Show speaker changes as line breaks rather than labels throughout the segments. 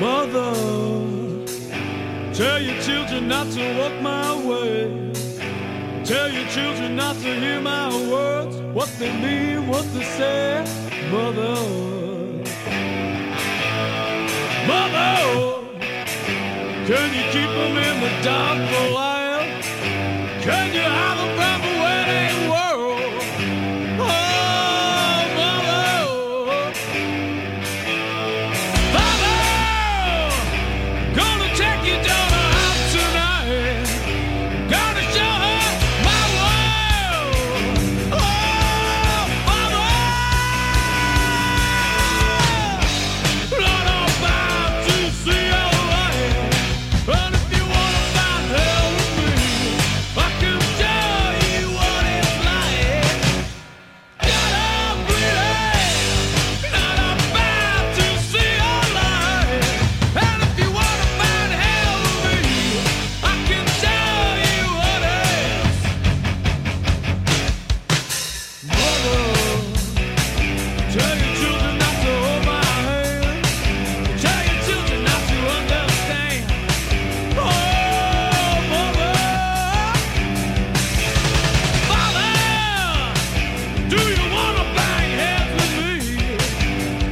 Mother, tell your children not to walk my way. Tell your children not to hear my words, what they mean, what they say. Mother, Mother, can you keep them in the dark for a while? Can you hide them from the wedding world? Oh, Mother, Mother, gonna take your daughter out tonight. Gonna show her my world. Oh, mama, Lord, I'm about to see a light. And if you wanna find hell with me, I can show you what it's like. Not a pretty, not about to see a light. And if you wanna find hell with me, I can show you what it's. Mother, tell your children not to hold my hand. Tell your children not to understand. Oh, mother, father. Do you wanna bang heads with me?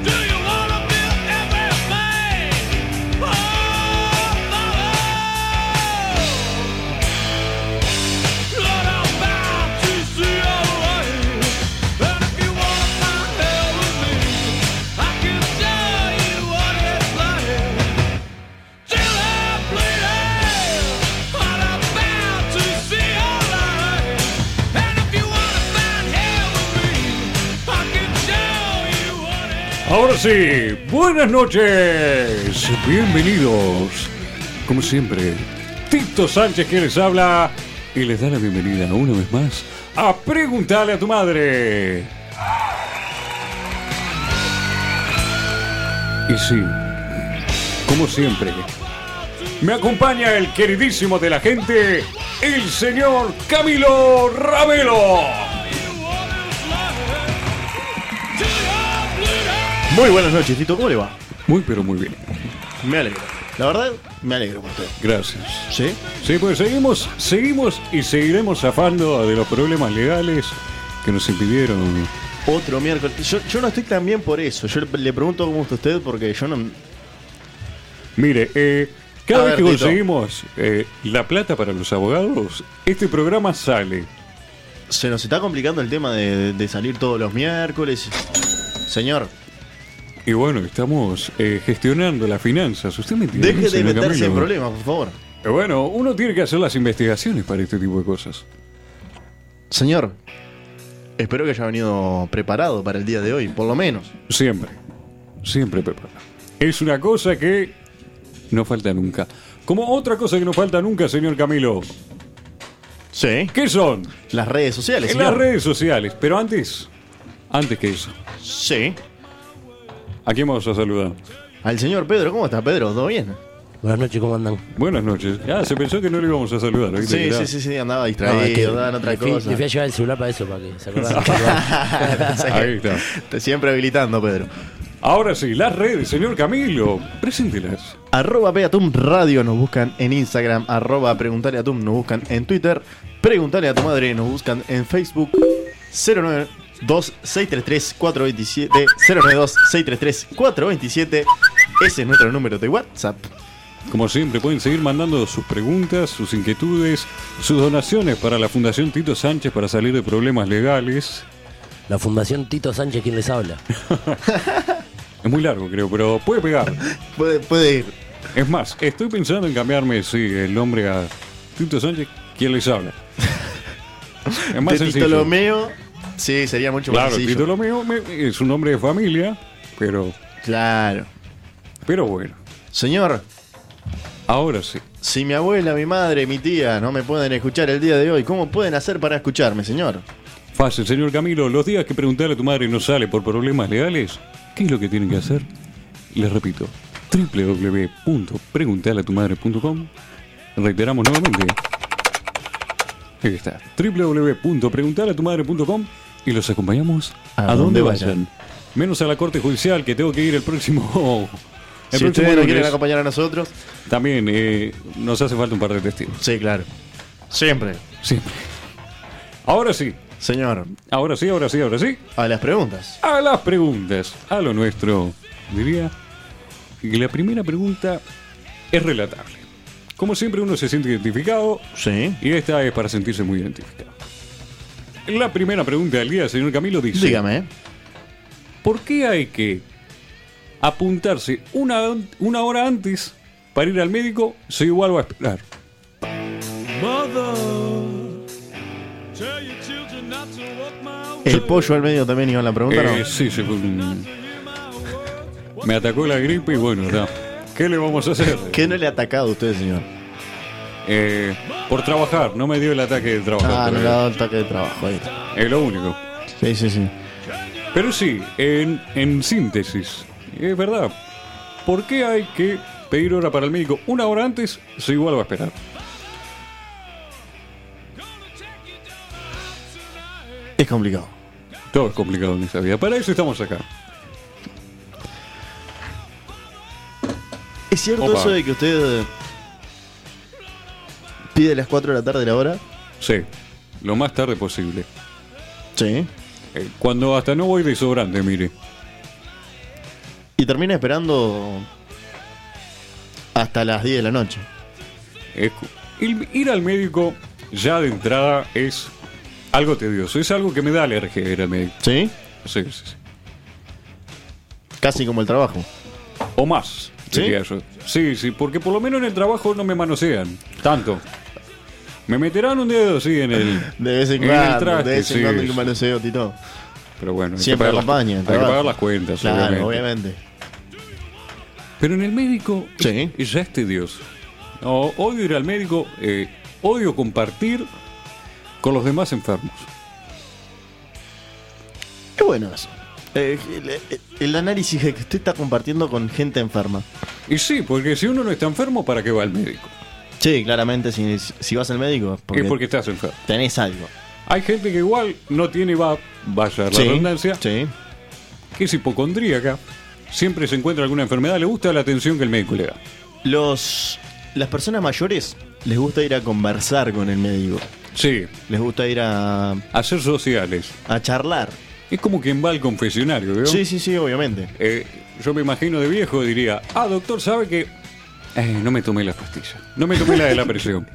Do you wanna build everything? Oh, follow. Lord, I'm about to see a light. And if you wanna find hell with me, I can tell you what it's like. Till I'm bleeding, but I'm about to see a light. And if you wanna find hell with me, I can tell you what it's
Ahora sí, buenas noches, bienvenidos. Como siempre, Tito Sánchez que les habla y les da la bienvenida una vez más a Preguntarle a tu madre. Y sí, como siempre, me acompaña el queridísimo de la gente, el señor Camilo Ravelo.
Muy buenas noches, Tito. ¿Cómo le va?
Muy pero muy bien,
Me alegro. La verdad, me alegro por usted.
gracias.
¿Sí?
Sí, pues seguimos, seguimos y seguiremos zafando de los problemas legales que nos impidieron.
Otro miércoles. Yo, yo no estoy tan bien por eso. Yo le le pregunto cómo está usted porque yo no.
Mire, eh, cada
A
vez
ver,
que
Tito.
conseguimos eh, la plata para los abogados, este programa sale.
Se nos está complicando el tema de, de- de salir todos los miércoles. Señor,
Y bueno, estamos eh, gestionando las finanzas. Usted me entiende,
deje de
señor
meterse en
Camilo?
problemas, por favor.
Eh, Bueno, uno tiene que hacer las investigaciones para este tipo de cosas.
Señor, espero que haya venido preparado para el día de hoy, por lo menos.
Siempre. Siempre preparado. Es una cosa que no falta nunca. Como otra cosa que no falta nunca, señor Camilo.
Sí.
¿Qué son?
Las redes sociales,
En
señor.
las redes sociales, pero antes, antes que eso,
Sí.
¿a quién vamos a saludar?
Al señor Pedro, ¿cómo está Pedro? ¿Todo bien?
Buenas noches, ¿cómo andan?
Buenas noches. Ah, se pensó que no le íbamos a saludar. ¿viste?
Sí,
Mirá.
sí, sí, sí, andaba distraído,
es que
andaba en otra
le fui,
cosa.
le fui a llevar el celular para eso, para que se acordara.
Sí.
Ahí está.
Te siempre habilitando, Pedro.
Ahora sí, las redes, señor Camilo, preséntelas.
Arroba Peatum Radio nos buscan en Instagram. Arroba Preguntale a Tum nos buscan en Twitter. Preguntale a tu madre nos buscan en Facebook. 092-633-427. 092-633-427. Ese es nuestro número de WhatsApp.
Como siempre, pueden seguir mandando sus preguntas, sus inquietudes, sus donaciones para la Fundación Tito Sánchez para salir de problemas legales.
La Fundación Tito Sánchez, quien les habla.
Es muy largo, creo, pero puede pegar.
Puede, puede ir.
Es más, estoy pensando en cambiarme, sí, el nombre a Tito Sánchez, ¿quién les habla? Es
De
sencillo.
Titolomeo. Sí, sería mucho más
Claro, el
sencillo.
título mío me- es un nombre de familia, pero,
Claro.
pero bueno,
Señor,
ahora sí.
si mi abuela, mi madre, mi tía no me pueden escuchar el día de hoy, ¿cómo pueden hacer para escucharme, señor?
Fácil, señor Camilo, los días que preguntarle a tu madre no sale por problemas legales, ¿qué es lo que tienen que hacer? Les repito, www.preguntalatumadre.com Reiteramos nuevamente. Ahí está, www.preguntalatumadre.com y los acompañamos
A donde vayan.
Menos a la Corte Judicial, que tengo que ir el próximo El
si
próximo
ustedes nos quieren
lunes.
acompañar a nosotros,
También eh, nos hace falta un par de testigos.
sí, claro. Siempre.
Siempre. Ahora sí,
Señor,
ahora sí, ahora sí, ahora sí.
a las preguntas.
A las preguntas, a lo nuestro. Diría que la primera pregunta es relatable. Como siempre uno se siente identificado
Sí.
y esta es para sentirse muy identificado. La primera pregunta del día, señor Camilo, dice...
Dígame, ¿eh?
¿Por qué hay que apuntarse una, una hora antes para ir al médico si igual va a esperar?
Mother, tell your children not to walk my way.
el pollo al medio también iba en la pregunta,
Eh, sí, sí, fue un- me atacó la gripe y bueno, ya. ¿Qué le vamos a hacer?
¿no? ¿Qué no le ha atacado a usted, señor?
Eh, por trabajar, no me dio el ataque de trabajo.
Ah, no
pero
le ha dado el ataque de trabajo. ahí está.
Es lo único.
Sí, sí, sí.
Pero sí, en, en síntesis, es verdad. ¿Por qué hay que pedir hora para el médico una hora antes si igual va a esperar?
Es complicado.
Todo es complicado en esta vida. Para eso estamos acá.
¿Es cierto
Opa.
eso de que usted eh, pide a las 4 de la tarde la hora?
Sí, lo más tarde posible.
Sí.
Eh, Cuando hasta no voy de sobrante, mire.
Y termina esperando hasta las 10 de la noche.
Es cu- el- ir al médico ya de entrada es algo tedioso. Es algo que me da alergia ir al médico.
¿Sí?
Sí, sí, sí.
Casi como el trabajo.
O más,
¿Sí?
diría yo. Sí, sí, porque por lo menos en el trabajo no me manosean tanto. Me meterán un dedo, sí, en el.
De vez en
en el
cuando,
traste,
de vez en
sí,
cuando
sí.
que manoseo, Tito.
Pero bueno, hay que
Siempre
pagar las-
acompaña.
Hay que
trabajo.
pagar las cuentas,
Claro,
obviamente.
obviamente.
Pero en el médico
Sí.
y ya es tedioso. No, odio ir al médico, eh, odio compartir con los demás enfermos.
Qué bueno eso. Eh, el, el- el análisis de que usted está compartiendo con gente enferma.
Y sí, porque si uno no está enfermo, ¿para qué va al médico?
Sí, claramente, si, si vas al médico, es porque,
Es porque estás enfermo.
tenés algo.
Hay gente que igual no tiene, va, vaya la redundancia,
Sí.
que es hipocondríaca. Siempre se encuentra alguna enfermedad, le gusta la atención que el médico le da.
Los, las personas mayores les gusta ir a conversar con el médico.
Sí,
Les gusta ir a,
hacer sociales.
a charlar.
Es como quien va al confesionario, ¿veo?
Sí, sí, sí, obviamente.
Eh, yo me imagino de viejo diría, ah, doctor, sabe que eh, no me tomé las pastillas, no me tomé la de la presión,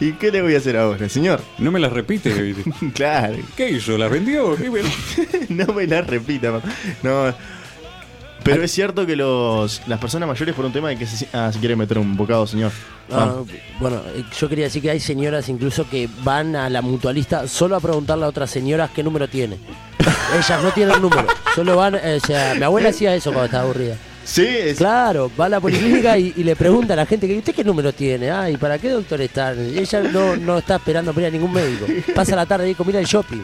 ¿Y qué le voy a hacer ahora, señor?
no me las repite. ¿viste?
Claro,
¿Qué hizo? ¿Las vendió? ¿Qué ven-?"
no me la repita. pa- No. Pero es cierto que los, las personas mayores por un tema de que se, ah, se quiere meter un bocado, señor.
No,
Ah,
no, bueno, eh, yo quería decir que hay señoras incluso que van a la mutualista solo a preguntarle a otras señoras qué número tiene. Ellas no tienen número, solo van, eh, o sea, mi abuela hacía eso cuando estaba aburrida.
Sí, es-
Claro, va a la policlínica y, y le pregunta a la gente que usted qué número tiene, ah, y para qué doctor está. Y Ella no, no está esperando para ir a ningún médico. Pasa la tarde ahí comida y shopping.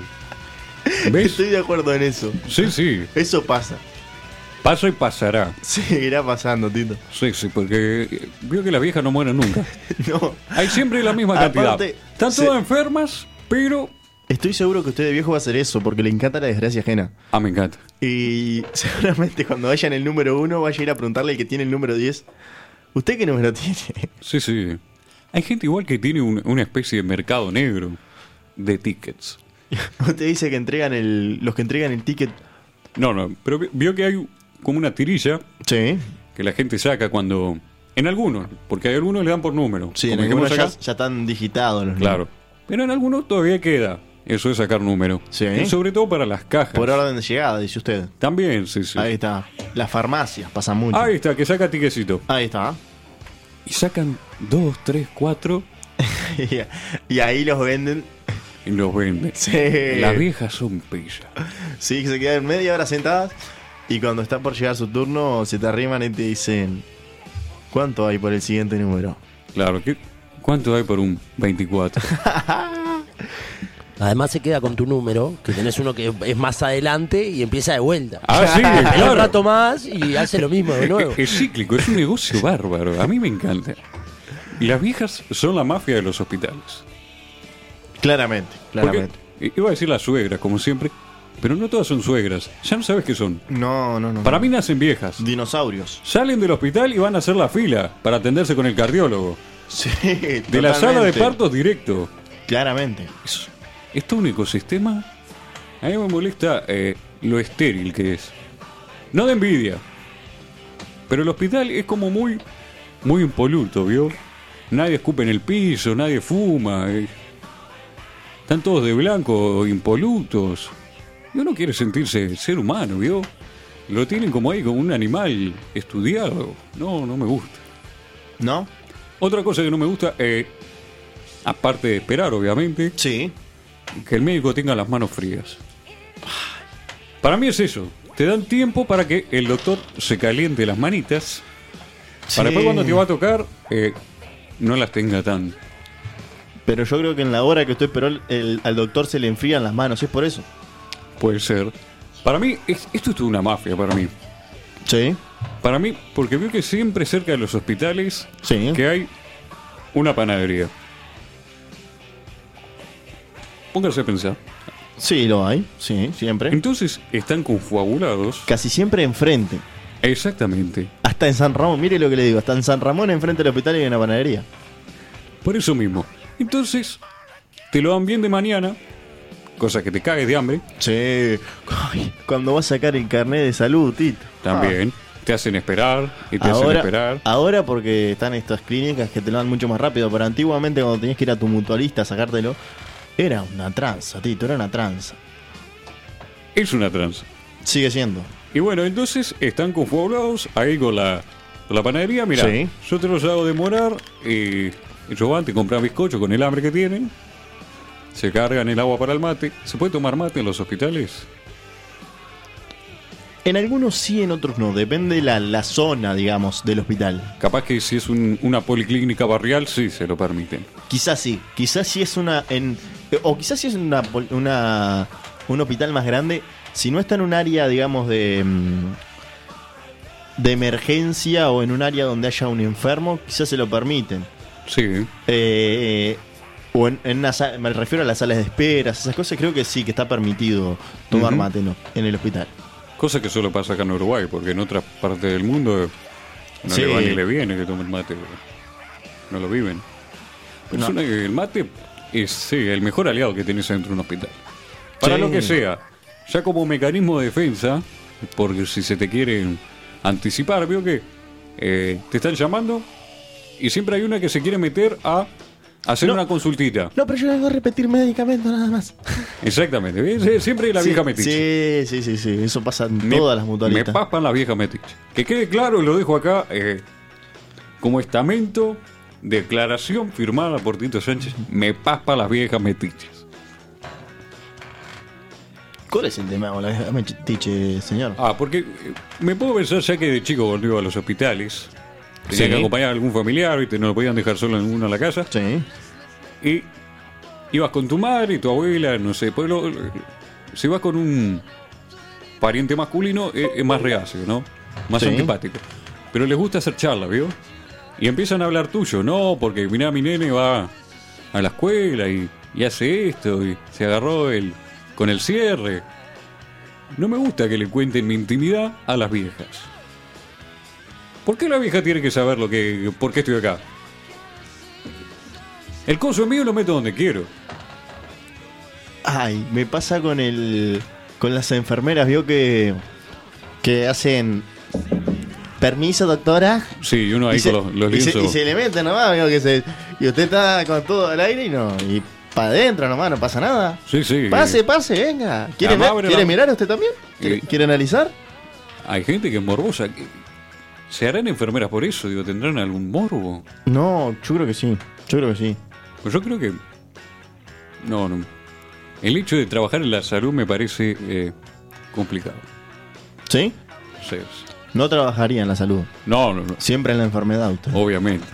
¿Ves?
estoy de acuerdo en eso.
Sí, sí,
Eso pasa.
pasa y pasará.
Seguirá pasando, Tito.
Sí, sí, porque eh, veo que las viejas no mueren nunca.
No.
Hay siempre la misma cantidad.
Aparte,
Están
se-
todas enfermas, pero...
Estoy seguro que usted de viejo va a hacer eso porque le encanta la desgracia ajena.
Ah, me encanta.
Y seguramente cuando vaya en el número uno vaya a ir a preguntarle al que tiene el número 10. ¿Usted qué número tiene?
Sí, sí. Hay gente igual que tiene un- una especie de mercado negro de tickets.
Usted dice que entregan el. los que entregan el ticket.
No, no, pero vi- vio que hay como una tirilla
Sí.
que la gente saca cuando. En algunos, porque hay algunos le dan por número.
Sí, en
como
algunos ya,
dijimos acá.
ya están digitados los números.
Claro. Pero en algunos todavía queda eso de sacar número.
Sí.
Y sobre todo para las cajas.
Por orden de llegada, dice usted.
También, sí, sí.
Ahí está. Las farmacias pasan mucho.
Ahí está, que saca tiquecito.
Ahí está.
Y sacan dos, tres, cuatro
y ahí los venden.
y los venden.
Sí.
Las viejas son pillas.
Sí, que se quedan media hora sentadas y cuando están por llegar su turno se te arriman y te dicen, ¿cuánto hay por el siguiente número?
Claro, ¿qué- ¿cuánto hay por un 24?
Además se queda con tu número, que tenés uno que es más adelante y empieza de vuelta.
ah, sí,
Hay un
claro.
rato más y hace lo mismo de nuevo.
Es, es cíclico, es un negocio bárbaro. A mí me encanta. Y las viejas son la mafia de los hospitales. eh,
Claramente,
Porque-
claramente.
i- iba a decir la suegra, como siempre, Pero no todas son suegras. Ya no sabes qué son.
No, no, no.
Para mí nacen viejas.
Dinosaurios.
Salen del hospital y van a hacer la fila para atenderse con el cardiólogo.
Sí.
De la sala de partos directo.
Claramente.
Es, es todo ¿Este un ecosistema. A mí me molesta eh, lo estéril que es. No de envidia. Pero el hospital es como muy, muy impoluto, ¿vio? Nadie escupe en el piso, nadie fuma. eh. Están todos de blanco, impolutos. Y uno quiere sentirse ser humano, ¿vio? Lo tienen como ahí, como un animal estudiado. No, no me gusta.
¿No?
Otra cosa que no me gusta, eh, aparte de esperar, obviamente,
Sí.
que el médico tenga las manos frías. Para mí es eso. Te dan tiempo para que el doctor se caliente las manitas. Para
Sí.
después cuando te va a tocar, eh, no las tenga tan.
Pero yo creo que en la hora que usted esperó, el- el- al doctor se le enfrían las manos, es por eso.
Puede ser. Para mí, es- esto es toda una mafia para mí.
Sí.
Para mí, porque veo que siempre cerca de los hospitales
Sí.
que hay una panadería. Póngase a pensar.
Sí, lo hay. Sí, siempre.
Entonces están confabulados.
Casi siempre enfrente.
Exactamente.
Hasta en San Ramón, mire lo que le digo. Hasta en San Ramón, enfrente del hospital, hay una panadería.
Por eso mismo. Entonces, te lo dan bien de mañana, cosa que te cagues de hambre,
Sí. Ay, cuando va a sacar el carnet de salud, Tito.
también. Te hacen esperar y te hacen
Ah. Ahora,
esperar.
ahora porque están estas clínicas que te lo dan mucho más rápido, pero antiguamente cuando tenías que ir a tu mutualista a sacártelo, era una tranza, Tito, era una tranza.
Es una tranza.
Sigue siendo.
Y bueno, entonces están confabulados ahí con la, con la panadería. Mira,
Sí.
yo te los hago demorar y ellos van, te compran bizcocho con el hambre que tienen. Se cargan el agua para el mate. ¿Se puede tomar mate en los hospitales?
En algunos sí, en otros no, depende la, la zona, digamos, del hospital.
Capaz que si es un- una policlínica barrial, sí se lo permiten.
Quizás sí, quizás sí es una... En, o quizás sí es una, pol- una- un hospital más grande, si no está en un área, digamos, de... mm, de emergencia o en un área donde haya un enfermo, quizás se lo permiten.
Sí.
Eh, o en, en una sa- me refiero a las salas de espera, esas cosas, creo que sí, que está permitido tomar
Ujú.
mate ¿no? en el hospital.
Cosa que solo pasa acá en Uruguay, porque en otras partes del mundo no
Sí.
le va ni le viene que tomen mate. No lo viven. Pero es
No.
una- el mate es sí, el mejor aliado que tenés dentro de un hospital. Para
Sí.
lo que sea, ya como mecanismo de defensa, porque si se te quieren anticipar, veo que eh, te están llamando y siempre hay una que se quiere meter a hacer
No.
una consultita.
No, pero yo vengo a repetir medicamento nada más.
Exactamente, ¿ves? siempre la vieja metiche.
sí, sí, sí, sí, eso pasa en
Me-
todas las
Me
mutualistas.
papan las viejas metiches. Que quede claro, y lo dejo acá eh, como estamento, declaración firmada por Tito Sánchez. Me paspa las viejas metiches.
¿Cuál es el tema con la vieja metiche, señor?
Ah, porque eh, me puedo pensar ya que de chico volvió a los hospitales. Tenía
Sí.
que acompañar a algún familiar, ¿viste? no lo podían dejar solo en uno en la casa.
Sí.
Y ibas con tu madre y tu abuela, no sé. Pues lo- lo- si vas con un pariente masculino, eh, es, es más reacio, ¿no? Más
Sí.
antipático. Pero les gusta hacer charla, ¿vio? Y empiezan a hablar tuyo, no, porque mirá, mi nene va a la escuela y, y hace esto, y se agarró el, con el cierre. No me gusta que le cuenten mi intimidad a las viejas. ¿Por qué la vieja tiene que saber lo que, por qué estoy acá? El coso mío lo meto donde quiero.
Ay, me pasa con el. con las enfermeras, vio que. que hacen. Permiso, doctora.
Sí, uno ahí
y, se,
con los, los
y se-
lienzos.
y se le mete nomás, veo que se. Y usted está con todo al aire y no. Y para adentro nomás, no pasa nada.
Sí, sí.
Pase, pase, venga. ¿Quiere,
Además,
ver-
abre
¿quiere
la-
mirar usted también? ¿Quiere,
Sí.
quiere analizar?
Hay gente que es morbosa. que- ¿Se harán enfermeras por eso? Digo, ¿tendrán algún morbo?
No, yo creo que sí. Yo creo que sí.
Pues yo creo que. No, no. El hecho de trabajar en la salud me parece eh, complicado.
¿Sí?
O sea, es-
No trabajaría en la salud.
No, no, no.
Siempre en la enfermedad usted.
Obviamente.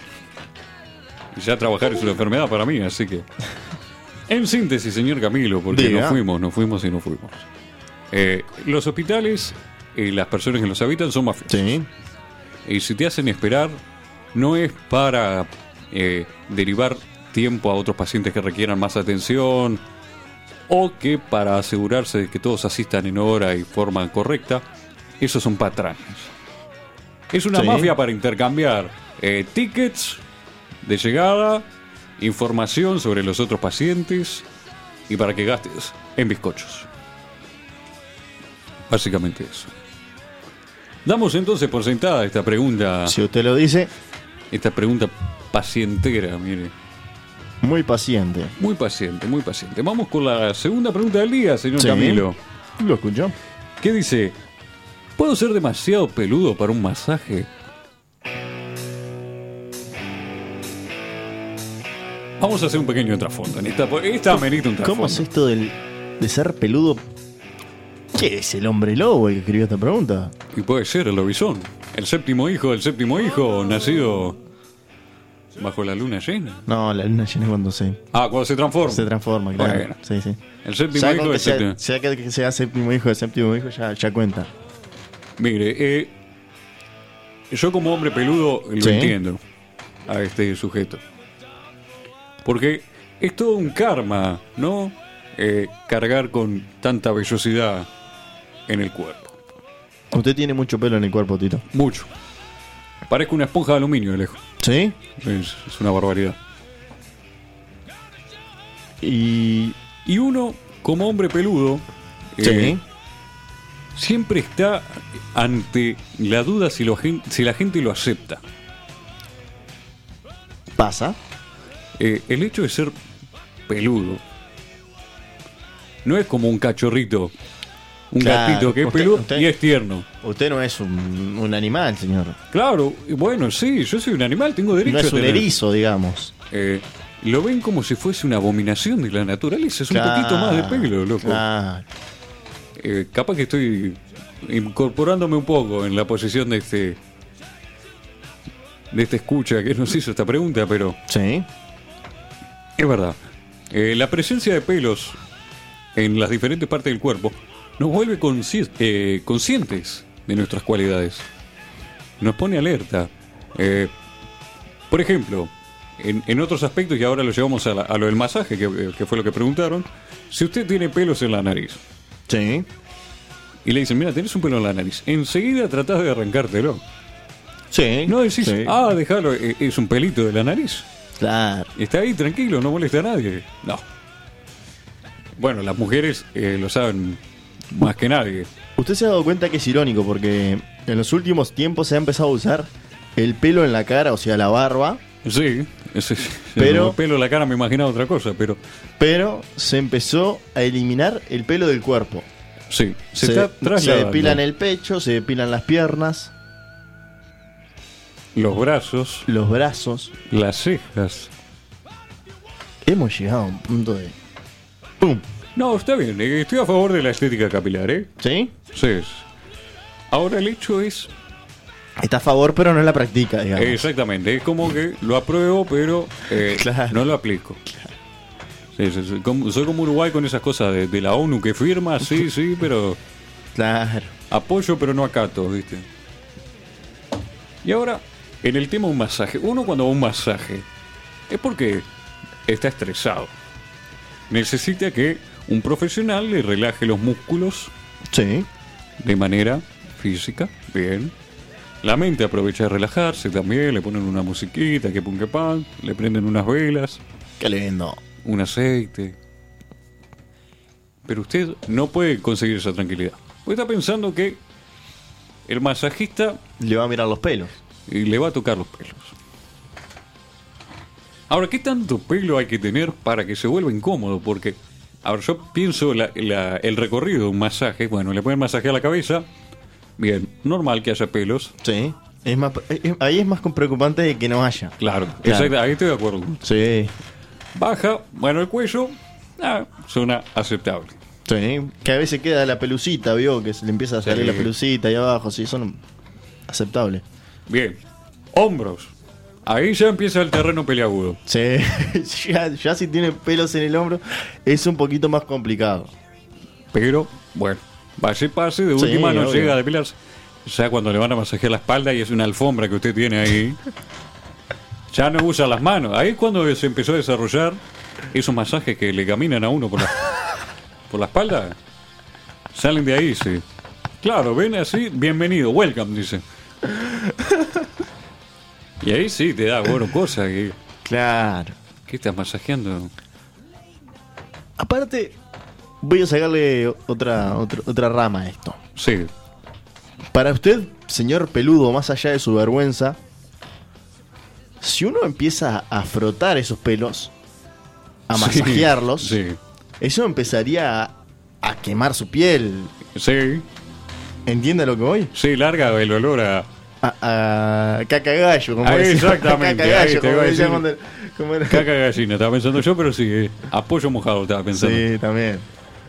Y Ya trabajar es una enfermedad para mí, así que. En síntesis, señor Camilo, porque
Diga.
nos fuimos, nos fuimos y nos fuimos. Eh, los hospitales, eh, las personas que los habitan son más
Sí.
Y si te hacen esperar, no es para eh, derivar tiempo a otros pacientes que requieran más atención o que para asegurarse de que todos asistan en hora y forma correcta, esos son patrañas. Es una
Sí.
mafia para intercambiar eh, tickets de llegada, información sobre los otros pacientes y para que gastes en bizcochos. Básicamente eso. Damos entonces por sentada esta pregunta,
Si usted lo dice,
esta pregunta pacientera, mire.
muy paciente.
Muy paciente, muy paciente. Vamos con la segunda pregunta del día, señor
Sí.
Camilo.
¿Lo escuchó?
¿Qué dice? ¿Puedo ser demasiado peludo para un masaje? Vamos a hacer un pequeño trasfondo. En esta, esta amerita un trasfondo.
¿Cómo es esto del, de ser peludo? ¿Qué es el hombre lobo el que escribió esta pregunta?
Y puede ser el Horizon, el séptimo hijo del séptimo hijo, nacido bajo la luna llena.
No, la luna llena es cuando se,
Ah, cuando se transforma.
se transforma, claro.
Bueno.
Sí, sí.
El séptimo
Ya
hijo
con que
del séptimo.
sea, sea que que sea séptimo hijo de séptimo hijo, ya, ya cuenta.
Mire, eh, yo como hombre peludo lo
Sí.
entiendo a este sujeto. Porque es todo un karma, ¿no? Eh, cargar con tanta vellosidad en el cuerpo.
Usted tiene mucho pelo en el cuerpo, Tito.
Mucho. Parezco una esponja de aluminio de lejos.
¿Sí?
Es, es una barbaridad.
Y.
Y uno, como hombre peludo, eh,
Sí.
siempre está ante la duda si, lo gen- si la gente lo acepta.
Pasa.
Eh, el hecho de ser peludo no es como un cachorrito, un
Claro,
gatito que es
usted-
peludo
usted-
y es tierno.
Usted no es un, un animal, señor.
Claro, y bueno, sí, yo soy un animal, tengo derecho
No es
a
un
tener.
erizo, digamos.
Eh, lo ven como si fuese una abominación de la naturaleza, es un
Claro,
poquito más de pelo, loco.
claro.
Eh, capaz que estoy incorporándome un poco en la posición de este de este escucha que nos hizo esta pregunta, pero
Sí.
Es verdad. Eh, la presencia de pelos en las diferentes partes del cuerpo nos vuelve consci- eh, conscientes de nuestras cualidades. Nos pone alerta. Eh, por ejemplo, en, en otros aspectos, y ahora lo llevamos a, la- a lo del masaje, que, que fue lo que preguntaron, si usted tiene pelos en la nariz
Sí.
y le dicen, mira, tenés un pelo en la nariz, enseguida tratás de arrancártelo.
Sí.
No decís,
Sí.
ah, déjalo, eh, es un pelito de la nariz.
Claro.
Está ahí tranquilo, no molesta a nadie. No. Bueno, las mujeres eh, lo saben más que nadie.
Usted se ha dado cuenta que es irónico porque en los últimos tiempos se ha empezado a usar el pelo en la cara, o sea, la barba,
Sí, ese-
Pero-
el pelo en la cara me imaginaba otra cosa, pero
pero se empezó a eliminar el pelo del cuerpo.
sí, se, está
se
trasladando
depilan el pecho, se depilan las piernas,
los brazos,
los brazos.
las cejas.
Hemos llegado a un punto de. ¡Pum!
No, está bien, eh, estoy a favor de la estética capilar, ¿eh?
¿Sí?
Sí. es. Ahora el hecho es
Está a favor, pero no la practica, digamos.
Exactamente, es como que lo apruebo, pero eh,
Claro.
no lo aplico. Sí, sí, sí, como- soy como Uruguay con esas cosas de, de la ONU que firma, sí, sí, pero
Claro.
apoyo, pero no acato, ¿viste? Y ahora, en el tema un masaje. Uno cuando va a un masaje es porque está estresado. Necesita que un profesional le relaje los músculos
Sí.
de manera física, bien. La mente aprovecha de relajarse también, le ponen una musiquita, que pun que pan, le prenden unas velas,
Qué lindo.
un aceite. Pero usted no puede conseguir esa tranquilidad. Usted está pensando que el masajista
Le va a mirar los pelos.
y le va a tocar los pelos. Ahora, ¿qué tanto pelo hay que tener para que se vuelva incómodo? Porque, a ver, yo pienso la- la- el recorrido de un masaje. Bueno, le pueden masajear la cabeza. Bien, normal que haya pelos.
Sí. Es más, es- ahí es más preocupante de que no haya.
Claro,
Claro.
exacto, ahí estoy de acuerdo.
Sí.
Baja, bueno, el cuello, ah, zona aceptable.
Sí. Que a veces queda la pelucita, vio, que se le empieza a salir
Sí.
la pelucita ahí abajo, sí, son aceptables.
Bien, hombros. Ahí ya empieza el terreno peleagudo.
Sí. ya, ya si tiene pelos en el hombro, es un poquito más complicado.
Pero, bueno, pase, pase, de
Sí,
última no
obvio.
llega a depilarse. Ya cuando le van a masajear la espalda y es una alfombra que usted tiene ahí, ya no usa las manos. Ahí es cuando se empezó a desarrollar esos masajes que le caminan a uno por la, por la espalda. Salen de ahí, sí. Claro, ven así, bienvenido, welcome, dice. Y ahí sí te da, bueno, cosa que.
Claro.
¿Qué estás masajeando?
Aparte, voy a sacarle otra, otra, otra rama a esto.
Sí.
Para usted, señor peludo, más allá de su vergüenza, si uno empieza a frotar esos pelos, a masajearlos,
Sí.
eso empezaría a, a quemar su piel.
Sí.
¿Entiende lo que voy?
Sí, larga el olor a.
A, a caca gallo, como
Ahí,
decía-
Ah, exactamente,
caca gallo,
ahí te
como
iba a
decía
decir.
cuando- como era-
Caca gallina, estaba pensando yo, pero sí, eh, apoyo mojado estaba pensando.
Sí, también.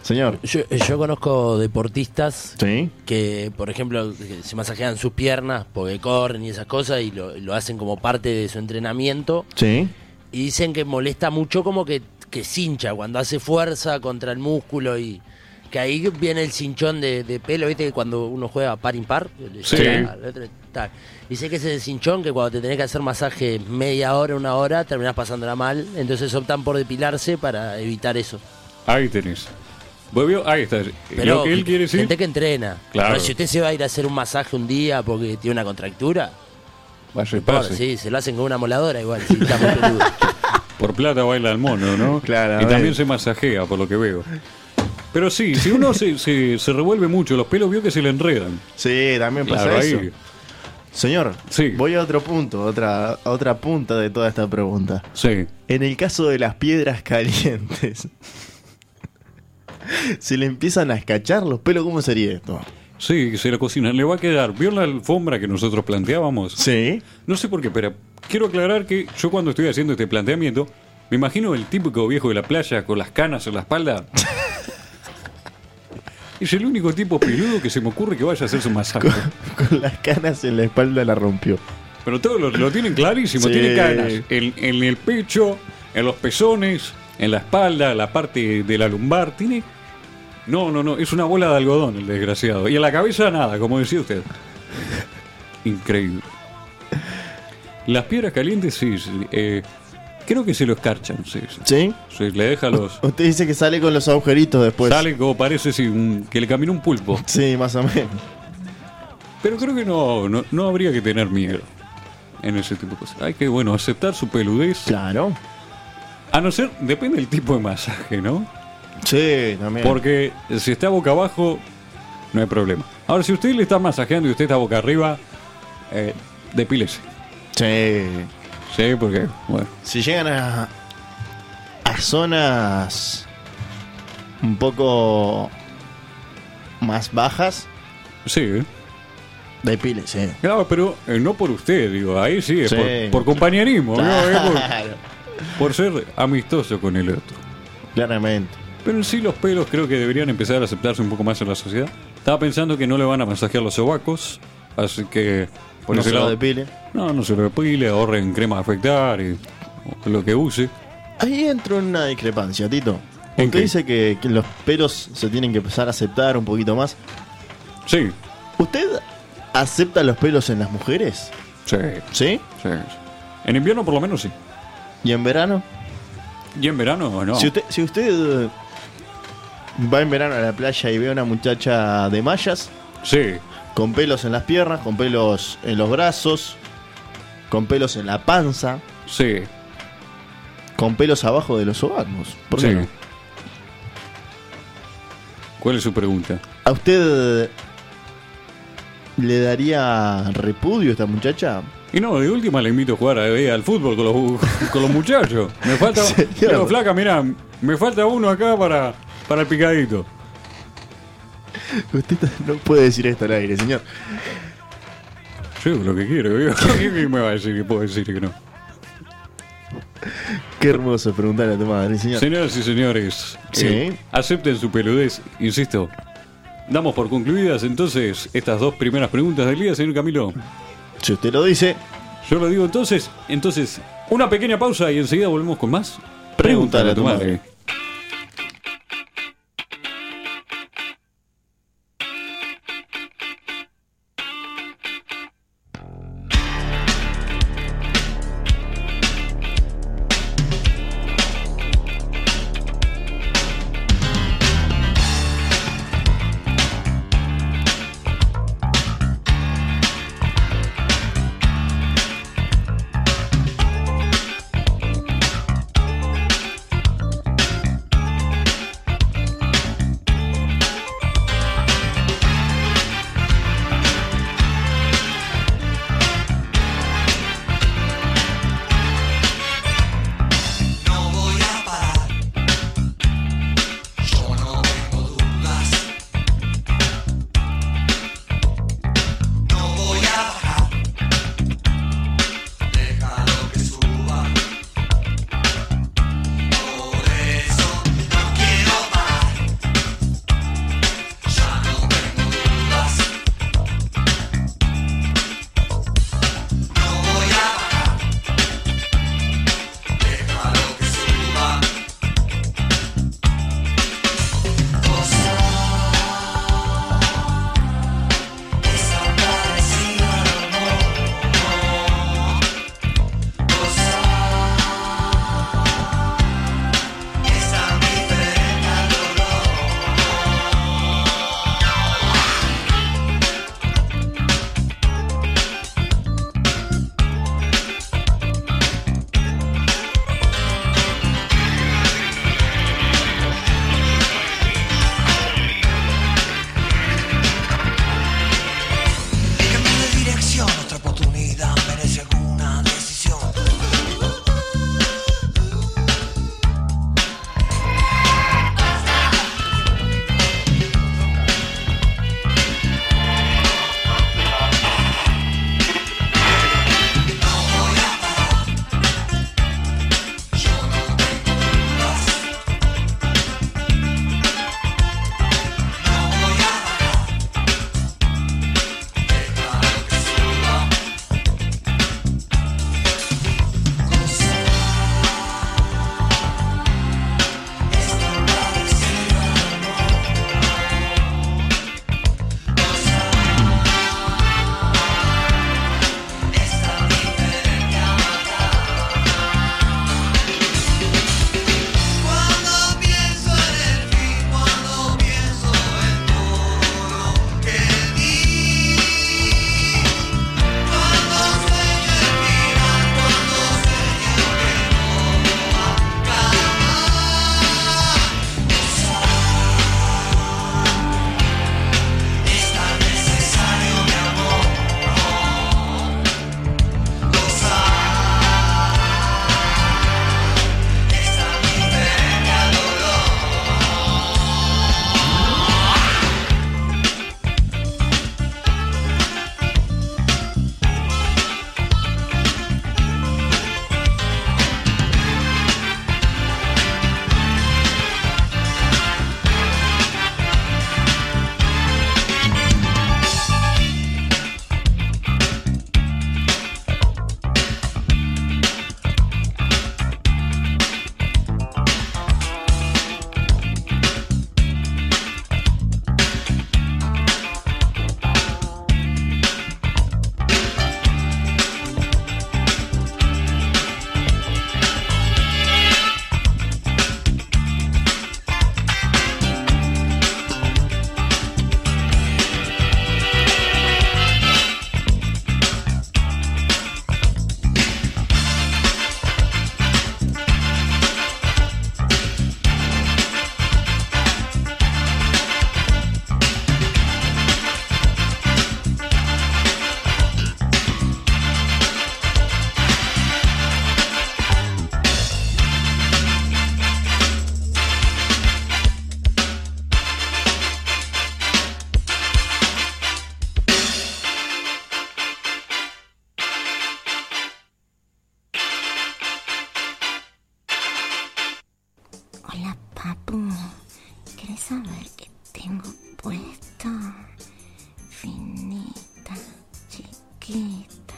Señor.
Yo, yo conozco deportistas
Sí.
que, por ejemplo, que se masajean sus piernas porque corren y esas cosas y lo, lo hacen como parte de su entrenamiento.
Sí.
Y dicen que molesta mucho como que, que cincha cuando hace fuerza contra el músculo y que ahí viene el cinchón de, de pelo, viste que cuando uno juega par impar, le
Sí.
llega al otro, tac. dice que ese cinchón que cuando te tenés que hacer masaje media hora, una hora, terminás pasándola mal, entonces optan por depilarse para evitar eso.
Ahí tenés. Volvió, ahí está.
Pero
Lo que él quiere decir.
gente que entrena.
Claro.
Pero si usted se va a ir a hacer un masaje un día porque tiene una contractura,
Vaya y
bueno,
pase.
sí, se lo hacen con una moladora igual, si está muy peludo.
Por plata baila el mono, ¿no?
Claro, a
Y
ver.
también se masajea, por lo que veo. Pero sí, si uno se, se, se revuelve mucho, los pelos vio que se le enredan.
Sí, también pasa
Claro,
eso.
ahí.
Señor,
Sí.
voy a otro punto, otra, a otra punta de toda esta pregunta.
Sí.
En el caso de las piedras calientes, si le empiezan a escachar los pelos, ¿cómo sería esto?
Sí, se la cocina. Le va a quedar. ¿Vio la alfombra que nosotros planteábamos?
Sí.
No sé por qué, pero quiero aclarar que yo cuando estoy haciendo este planteamiento, me imagino el típico viejo de la playa con las canas en la espalda. es el único tipo peludo que se me ocurre que vaya a hacer su masaje.
Con las canas en la espalda la rompió.
Pero todos lo, lo tienen clarísimo,
Sí.
tienen canas. En, en el pecho, en los pezones, en la espalda, la parte de la lumbar, tiene... No, no, no, es una bola de algodón el desgraciado. Y en la cabeza nada, como decía usted. Increíble. Las piedras calientes, sí, sí, eh, creo que se lo escarchan, sí. sí.
¿Sí?
Sí, le deja los...
Usted dice que sale con los agujeritos después.
sale como parece sí, un- que le caminó un pulpo.
Sí, más o menos.
Pero creo que no, no, no habría que tener miedo en ese tipo de cosas. Hay que, bueno, aceptar su peludez.
Claro.
A no ser, depende del tipo de masaje, ¿no?
Sí, también.
Porque si está boca abajo, no hay problema. Ahora, si usted le está masajeando y usted está boca arriba, eh, depílese.
Sí.
Sí, porque, bueno.
Si llegan a, a zonas un poco más bajas,
Sí, ¿eh?
depílese.
claro, pero eh, no por usted, digo, ahí sí, es
Sí.
por, por compañerismo, ¿no? Es por-
Claro.
por ser amistoso con el otro.
Claramente.
Pero en sí los pelos creo que deberían empezar a aceptarse un poco más en la sociedad. Estaba pensando que no le van a masajear los sobacos, así que por
no
ese
se lo
lado-
depile.
No, no se lo depile, ahorren crema de afectar y o lo que use.
Ahí entra una discrepancia, Tito.
¿En
Usted
qué?
dice que, que los pelos se tienen que empezar a aceptar un poquito más.
Sí,
¿Usted acepta los pelos en las mujeres?
sí,
¿Sí?
sí. En invierno por lo menos sí.
¿Y en verano?
Y en verano no.
Si usted, si usted eh, va en verano a la playa y ve a una muchacha de mallas,
Sí,
con pelos en las piernas, con pelos en los brazos, con pelos en la panza,
sí,
con pelos abajo de los sobacos. ¿Por qué
sí.
no?
¿Cuál es su pregunta?
¿A usted le daría repudio a esta muchacha?
Y no, de última le invito a jugar a- eh, al fútbol con los, con los muchachos. Me falta.
Señor.
Digo, flaca, mirá, me falta uno acá para, para el picadito.
Usted no puede decir esto al aire, señor.
Yo digo lo que quiero, digo. ¿qué me va a decir que puedo decir que no?
Qué hermoso preguntarle a tu madre, señor.
Señoras y señores, eh,
Sí.
acepten su peludez, insisto. Damos por concluidas entonces estas dos primeras preguntas del día, señor Camilo.
Si usted lo dice,
Yo lo digo entonces, entonces, una pequeña pausa y enseguida volvemos con más.
Pregúntale a tu madre.
Hola, papu. ¿Querés saber qué tengo puesto? Finita, chiquita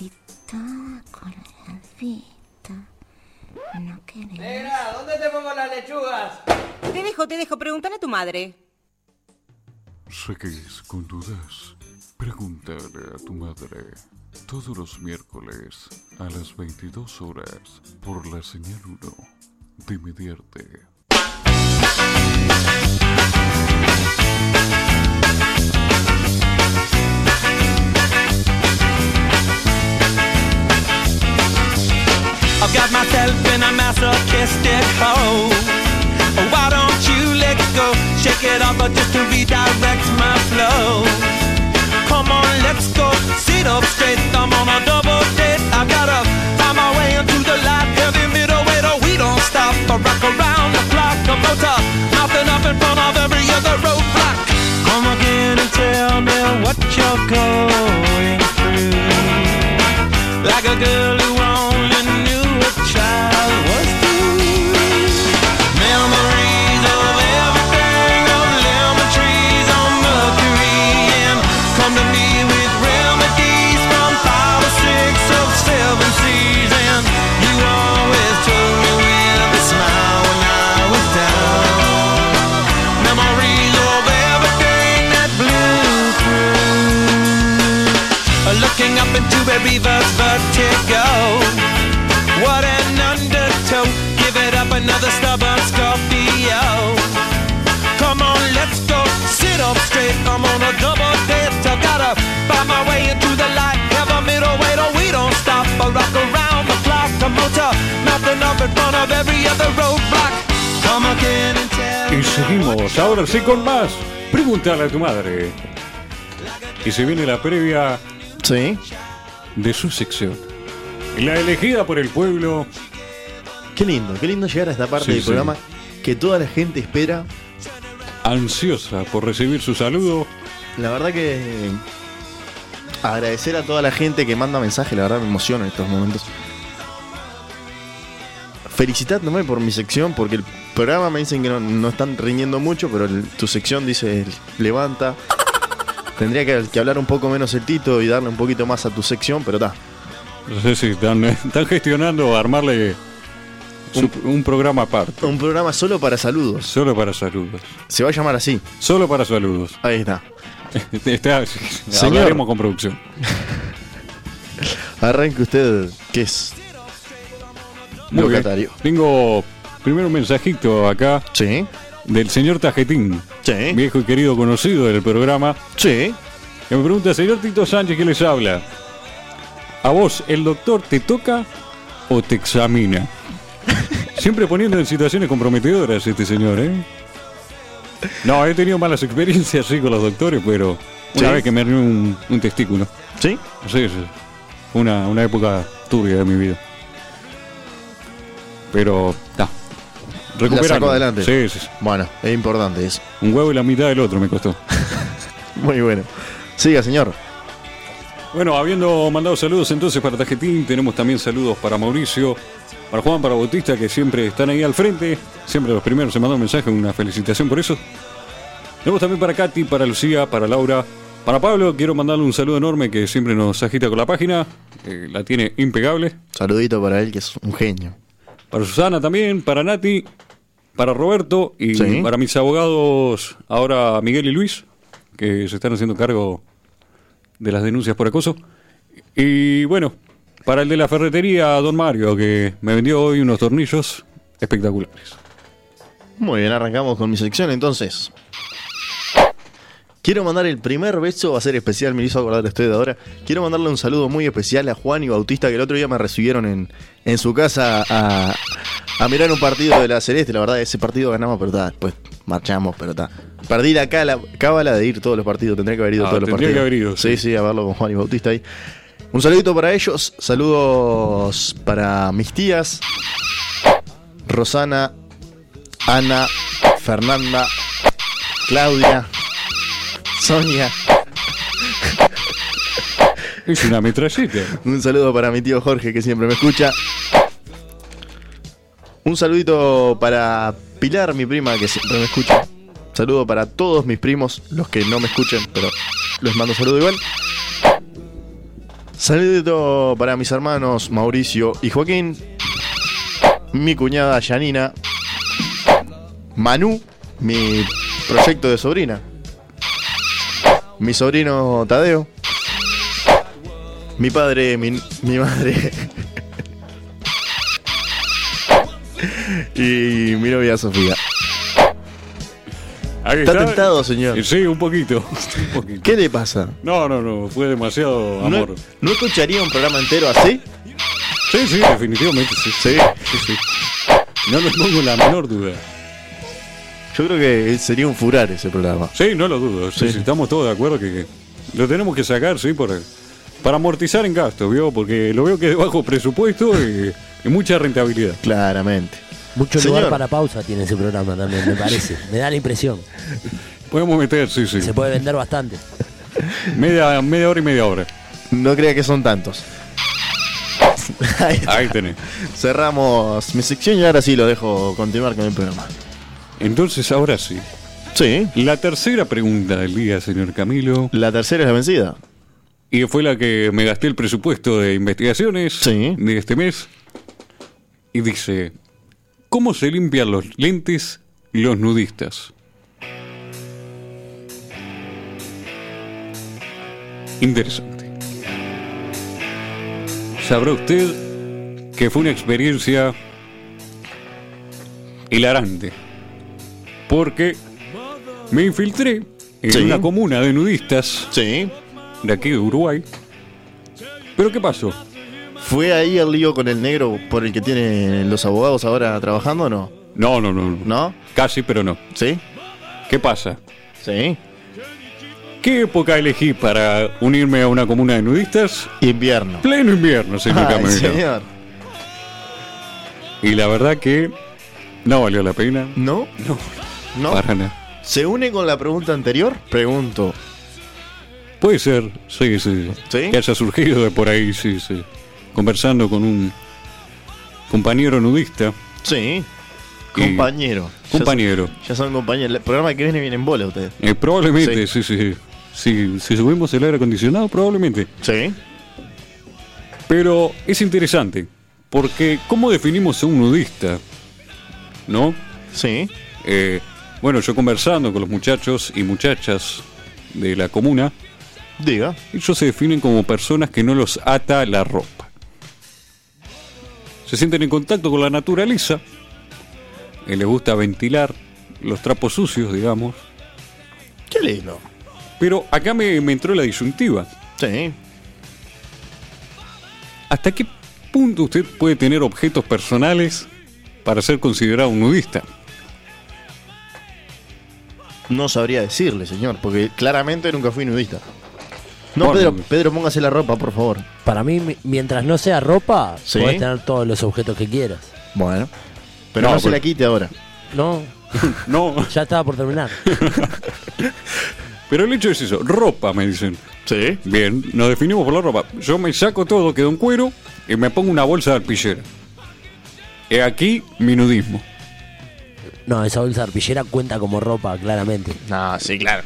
y toda coloradita. ¿No querés?
Negra, ¿dónde te pongo las lechugas?
Te dejo, te dejo. Pregúntale a tu madre.
Seguís con dudas. Pregúntale a tu madre. Todos los miércoles a las 22 horas por la señal 1 de Mediarte.
I've got myself in a masochistic hole. Oh, why don't you let go? Shake it off or just to redirect my flow. Come on, let's go. Sit up straight. I'm on a double date. I gotta find my way into the light. Heavy middleweight, oh, we don't stop. I rock around the clock. A motor, nothing up in front of every other roadblock. Come again and tell me what you're going through like a girl who only knew a child was through. Memories of everything on lemon trees on Mercury, and come to me with remedies from five or six or seven seas. And you always told me with a smile when I was down. Memories of everything that blew through looking up into a reverse vertigo. What an undertow! Give it up another stubborn Scorpio. Come on, let's go. Sit up straight. I'm on a double date. I gotta find my way into the light. Have a middle weight, or we don't stop. I rock around the clock. The motor, nothing up in front of every other roadblock. Come again and tell.
Y seguimos ahora sí con más. Pregúntale a tu madre. Y se viene la previa
Sí.
de su sección. La elegida por el pueblo.
Qué lindo, qué lindo llegar a esta parte
Sí,
del
sí.
programa que toda la gente espera.
ansiosa por recibir su saludo.
La verdad que eh, agradecer a toda la gente que manda mensajes, la verdad me emociona en estos momentos. Felicitándome por mi sección, porque el programa me dicen que no, no están riñendo mucho, pero el- tu sección dice levanta. Tendría que, que hablar un poco menos el Tito y darle un poquito más a tu sección, pero está.
No sé si están, están gestionando armarle su- un, programa aparte.
Un programa solo para saludos.
Solo para saludos.
Se va a llamar así.
Solo para saludos.
Ahí está.
Está, hablaremos con producción.
Arranque usted, que es
Muy bien.
locatario.
Tengo primero un mensajito acá
Sí,
del señor Tajetín,
sí,
viejo y querido conocido del programa,
sí.
que me pregunta, señor Tito Sánchez, ¿qué les habla? ¿A vos el doctor te toca o te examina? Siempre poniendo en situaciones comprometedoras este señor, ¿eh? No, he tenido malas experiencias sí con los doctores, pero una
¿Sí?
vez que me arruinó un, un testículo.
¿Sí?
Sí, sí. Una, una época turbia de mi vida. Pero, está. Recuperando.
sacó adelante.
Sí, sí, sí.
Bueno, es importante eso.
Un huevo y la mitad del otro me costó.
Muy bueno. Siga, señor.
Bueno, habiendo mandado saludos entonces para Tajetín, tenemos también saludos para Mauricio, para Juan, para Bautista, que siempre están ahí al frente. Siempre los primeros se mandan un mensaje, una felicitación por eso. Tenemos también para Katy, para Lucía, para Laura, para Pablo. Quiero mandarle un saludo enorme que siempre nos agita con la página. eh, la tiene impecable.
Saludito para él, que es un genio.
Para Susana también, para Nati, para Roberto y
Sí.
para mis abogados, ahora Miguel y Luis, que se están haciendo cargo de las denuncias por acoso. Y bueno, para el de la ferretería, don Mario, que me vendió hoy unos tornillos espectaculares.
Muy bien, arrancamos con mi sección entonces. Quiero mandar el primer beso, va a ser especial, me hizo acordar usted ahora. Quiero mandarle un saludo muy especial a Juan y Bautista, que el otro día me recibieron en, en su casa a, a mirar un partido de la Celeste. La verdad, ese partido ganamos, pero está, después marchamos, pero está. Perdí la cala- cábala de ir todos los partidos, tendría que haber ido
Ah,
todos los
tendría
partidos.
que haber ido,
sí,
sí.
sí, a verlo con Juan y Bautista ahí. Un saludito para ellos, saludos para mis tías, Rosana, Ana, Fernanda, Claudia, Sonia.
Es una metralleta.
Un saludo para mi tío Jorge que siempre me escucha. Un saludito para Pilar, mi prima, que siempre me escucha. Saludo para todos mis primos, los que no me escuchen, pero les mando saludo igual. Saludito para mis hermanos Mauricio y Joaquín. Mi cuñada Yanina. Manu, mi proyecto de sobrina. Mi sobrino Tadeo. Mi padre, mi, mi madre. y mi novia Sofía.
Ahí
Está tentado, señor.
Sí, un poquito. un poquito.
¿Qué le pasa?
No, no, no, fue demasiado
¿No,
amor.
no escucharía un programa entero así?
Sí, sí, definitivamente, sí.
Sí.
sí, sí. No les pongo la menor duda.
Yo creo que sería un furar ese programa.
Sí, no lo dudo. Sí,
Sí.
sí, estamos todos de acuerdo que que lo tenemos que sacar, sí, por, para amortizar en gastos, ¿vio? Porque lo veo que es de bajo presupuesto y, y mucha rentabilidad.
Claramente.
Mucho
Señor.
lugar para pausa tiene ese programa también, me parece. Me da la impresión.
Podemos meter, sí, sí.
Se puede vender bastante.
Media, media hora y media hora.
No crea que son tantos. Ahí está.
Ahí tenés.
Cerramos mi sección y ahora sí lo dejo continuar con el programa.
Entonces, ahora sí.
Sí.
La tercera pregunta del día, señor Camilo.
La tercera es la vencida.
Y fue la que me gasté el presupuesto de investigaciones
Sí.
de este mes. Y dice, ¿cómo se limpian los lentes los nudistas? Interesante. Sabrá usted que fue una experiencia hilarante. Porque me infiltré en
Sí.
una comuna de nudistas
Sí.
de aquí de Uruguay. Pero ¿qué pasó?
¿Fue ahí el lío con el negro por el que tienen los abogados ahora trabajando o no?
No, no, no, no.
¿No?
Casi, pero no.
¿Sí?
¿Qué pasa?
Sí.
¿Qué época elegí para unirme a una comuna de nudistas?
Invierno.
Pleno invierno, señor
Ay,
Camilo.
señor.
Y la verdad que no valió la pena.
¿No?
No,
¿No?
para nada.
¿Se une con la pregunta anterior? Pregunto.
Puede ser, sí, sí,
¿Sí?
Que haya surgido de por ahí, sí, sí. Conversando con un compañero nudista.
Sí.
Y-
Compañero. Ya son-
Compañero.
Ya son compañeros. El programa que viene viene en bola ustedes.
Eh, probablemente, sí, sí. sí. Si, si subimos el aire acondicionado, probablemente.
Sí.
Pero es interesante, porque ¿cómo definimos a un nudista? ¿No?
Sí.
Eh, bueno, yo conversando con los muchachos y muchachas de la comuna,
Diga.
ellos se definen como personas que no los ata la ropa. Se sienten en contacto con la naturaleza, eh, les gusta ventilar los trapos sucios, digamos.
Qué lindo.
Pero acá me, me entró la disyuntiva.
Sí.
¿Hasta qué punto usted puede tener objetos personales para ser considerado un nudista?
No sabría decirle, señor, porque claramente nunca fui nudista. No,
Bueno.
Pedro, Pedro, póngase la ropa, por favor.
Para mí, mi- mientras no sea ropa,
Sí.
podés tener todos los objetos que quieras.
Bueno. Pero
No,
no, pues. se
pero-
la quite ahora.
No,
No,
ya estaba por terminar.
pero el hecho es eso, ropa me dicen.
Sí.
Bien, nos definimos por la ropa. Yo me saco todo, quedo en cuero y me pongo una bolsa de arpillera. He aquí mi nudismo.
No, esa bolsa de arpillera cuenta como ropa, claramente.
No, sí, claro.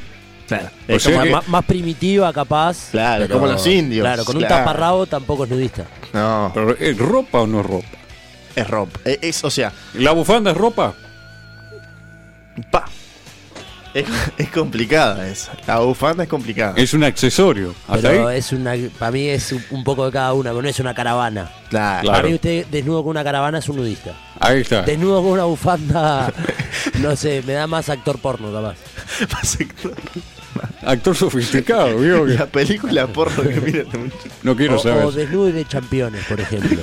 Claro.
O
Es
sea
como-
que-
Más, más primitiva, capaz.
Claro, como los indios,
Claro, con
claro.
un taparrabo tampoco es nudista.
No,
Pero, ¿Es ropa o no es ropa?
es ropa. Es, es- o sea,
¿La bufanda es ropa?
pa. Es, es complicada esa. La bufanda es complicada.
Es un accesorio.
¿Ah,
¿Hasta
Pero
ahí?
es una, para mí es un- un poco de cada una, pero no es una caravana.
Claro. Ah.
Claro.
Para mí usted desnudo con una caravana es un nudista.
Ahí está.
Desnudo con una bufanda, no sé, me da más actor porno capaz.
Actor sofisticado, ¿vio?
La película porno que mira este muchacho.
No quiero
O,
saber.
o desnudo y de championes, por ejemplo.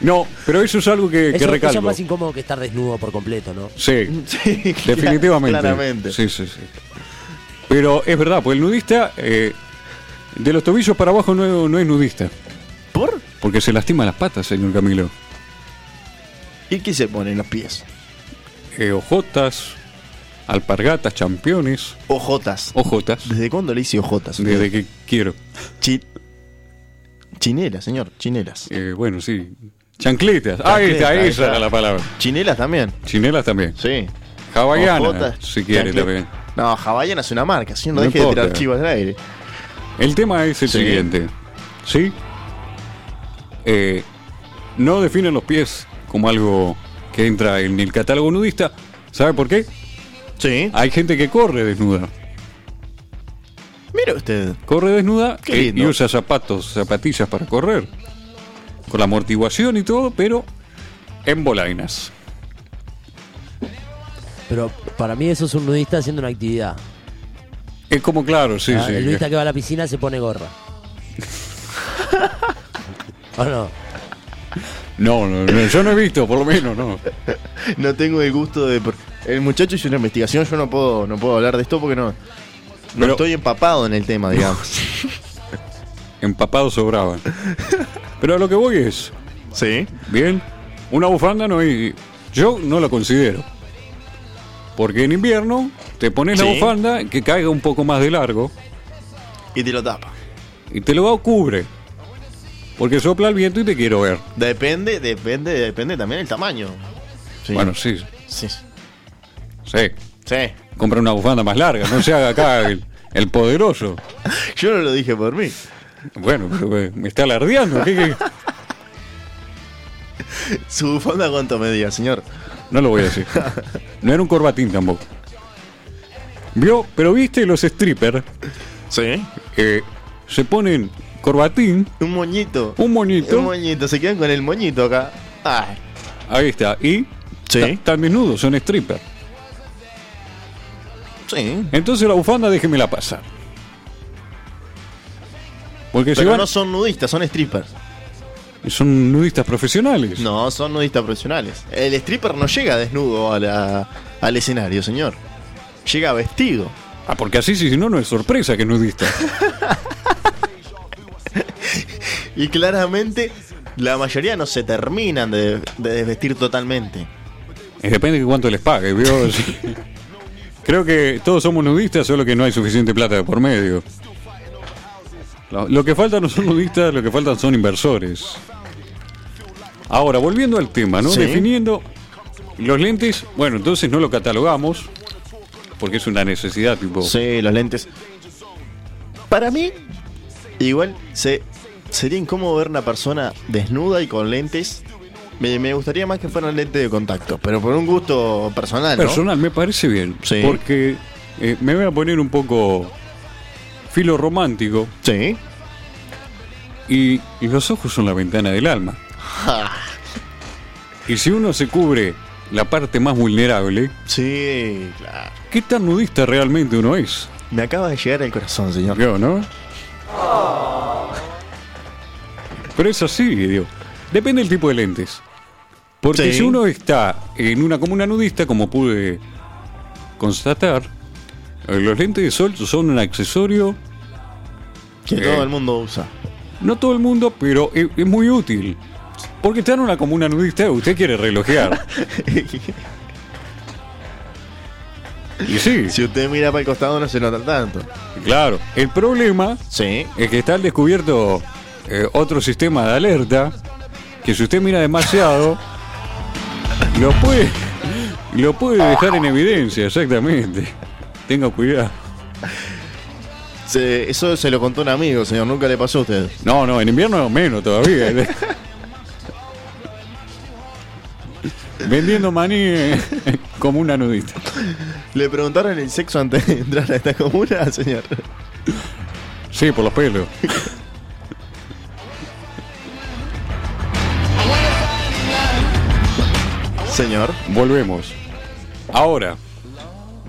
No, pero eso es algo que, que
Eso, eso es
recalco.
más incómodo que estar desnudo por completo, ¿no?
Sí.
Sí,
Definitivamente.
Claramente.
Sí, sí, sí. Pero es verdad, pues el nudista, eh, de los tobillos para abajo no, no es nudista.
¿Por?
Porque se lastima las patas, señor Camilo.
¿Y qué se ponen los pies?
Eh, ojotas, alpargatas, championes,
Ojotas.
ojotas.
¿Desde cuándo le hice ojotas?
Desde que quiero.
Chi- Chinelas, señor, chinelas.
Eh, bueno, sí. Chancletas. Ahí está,
Chancletas,
esa
ahí está.
era la palabra.
Chinelas también.
Chinelas también.
Sí.
Hawaiana,
Ojotas,
si quiere
chancletas.
también.
No, Hawaiana es una marca, si no,
No
deje
importa.
de tirar chivas al aire.
El tema es el
Sí.
siguiente. ¿Sí? Eh, no definen los pies como algo que entra en el catálogo nudista. ¿Sabe por qué?
Sí.
Hay gente que corre desnuda.
Mire usted.
Corre desnuda e-
Qué
y-
lindo.
y usa zapatos, zapatillas para correr. Con la amortiguación y todo, pero en bolainas.
Pero para mí eso es un nudista haciendo una actividad.
Es como claro, sí,
Ah,
sí.
el nudista que va a la piscina se pone gorra. ¿O no?
No, no, no, yo no he visto, por lo menos, no.
No tengo el gusto de. El muchacho hizo una investigación, yo no puedo, no puedo hablar de esto porque no. No
Pero-
estoy empapado en el tema, digamos.
Empapados sobraban. Pero a lo que voy es,
sí.
Bien. Una bufanda no es. Yo no la considero. Porque en invierno te pones la
Sí.
bufanda que caiga un poco más de largo
Y te lo tapa.
y te lo cubre. Porque sopla el viento y te quiero ver.
Depende, depende, depende también el tamaño. Sí.
Bueno, sí,
Sí.
sí.
Sí.
Compra una bufanda más larga, no se haga acá el, el poderoso.
Yo no lo dije por mí.
Bueno, pero, eh, me está alardeando. ¿qué- qué?
¿Su bufanda cuánto medía, señor?
No lo voy a decir. No era un corbatín tampoco. ¿Vio? Pero viste los strippers
Sí.
eh, se ponen corbatín
Un moñito.
Un moñito.
Un moñito. Se quedan con el moñito acá. Ah, Ay.
Ahí está. Y
Sí.
ta- están desnudos, son stripper.
Sí.
Entonces la bufanda déjemela pasar. Porque si
Pero
van,
no son nudistas, son strippers.
son nudistas profesionales.
No, son nudistas profesionales. El stripper no llega desnudo a la- al escenario, señor. Llega vestido.
Ah, porque así si no, no es sorpresa que es nudista.
Y claramente la mayoría no se terminan de, de desvestir totalmente.
Y depende de cuánto les pague, ¿vio? Sí. Creo que todos somos nudistas, solo que no hay suficiente plata de por medio. Lo, lo que faltan no son nudistas, lo que faltan son inversores. Ahora, volviendo al tema, ¿no?
Sí.
Definiendo los lentes, bueno, entonces no lo catalogamos, porque es una necesidad, tipo.
Sí, los lentes. Para mí, igual se, sería incómodo ver una persona desnuda y con lentes. Me, me gustaría más que fueran lentes de contacto, pero por un gusto personal, ¿no?
Personal, me parece bien.
Sí.
Porque eh, me voy a poner un poco filo romántico
Sí.
y- y los ojos son la ventana del alma.
Ja,
Y si uno se cubre la parte más vulnerable,
sí, claro.
¿qué tan nudista realmente uno es?
Me acaba de llegar el corazón, señor.
Yo, ¿no? Pero es así, digo. Depende del tipo de lentes. Porque
Sí.
si uno está en una comuna nudista, como pude constatar, eh, los lentes de sol son un accesorio,
Que
Sí.
todo el mundo usa.
no todo el mundo, pero es, es muy útil. Porque está en una comuna nudista, eh, usted quiere relojear. Y sí,
si usted mira para el costado no se nota tanto.
claro. El problema
Sí.
Es que está al descubierto eh, otro sistema de alerta que si usted mira demasiado lo puede lo puede dejar en evidencia, exactamente. Tenga cuidado.
Se- eso se lo contó un amigo, señor. Nunca le pasó a usted.
No, no, en invierno menos todavía. Vendiendo maní eh, como una nudista.
Le preguntaron el sexo antes de entrar a esta comuna, señor.
Sí, por los pelos.
Señor.
Volvemos. Ahora,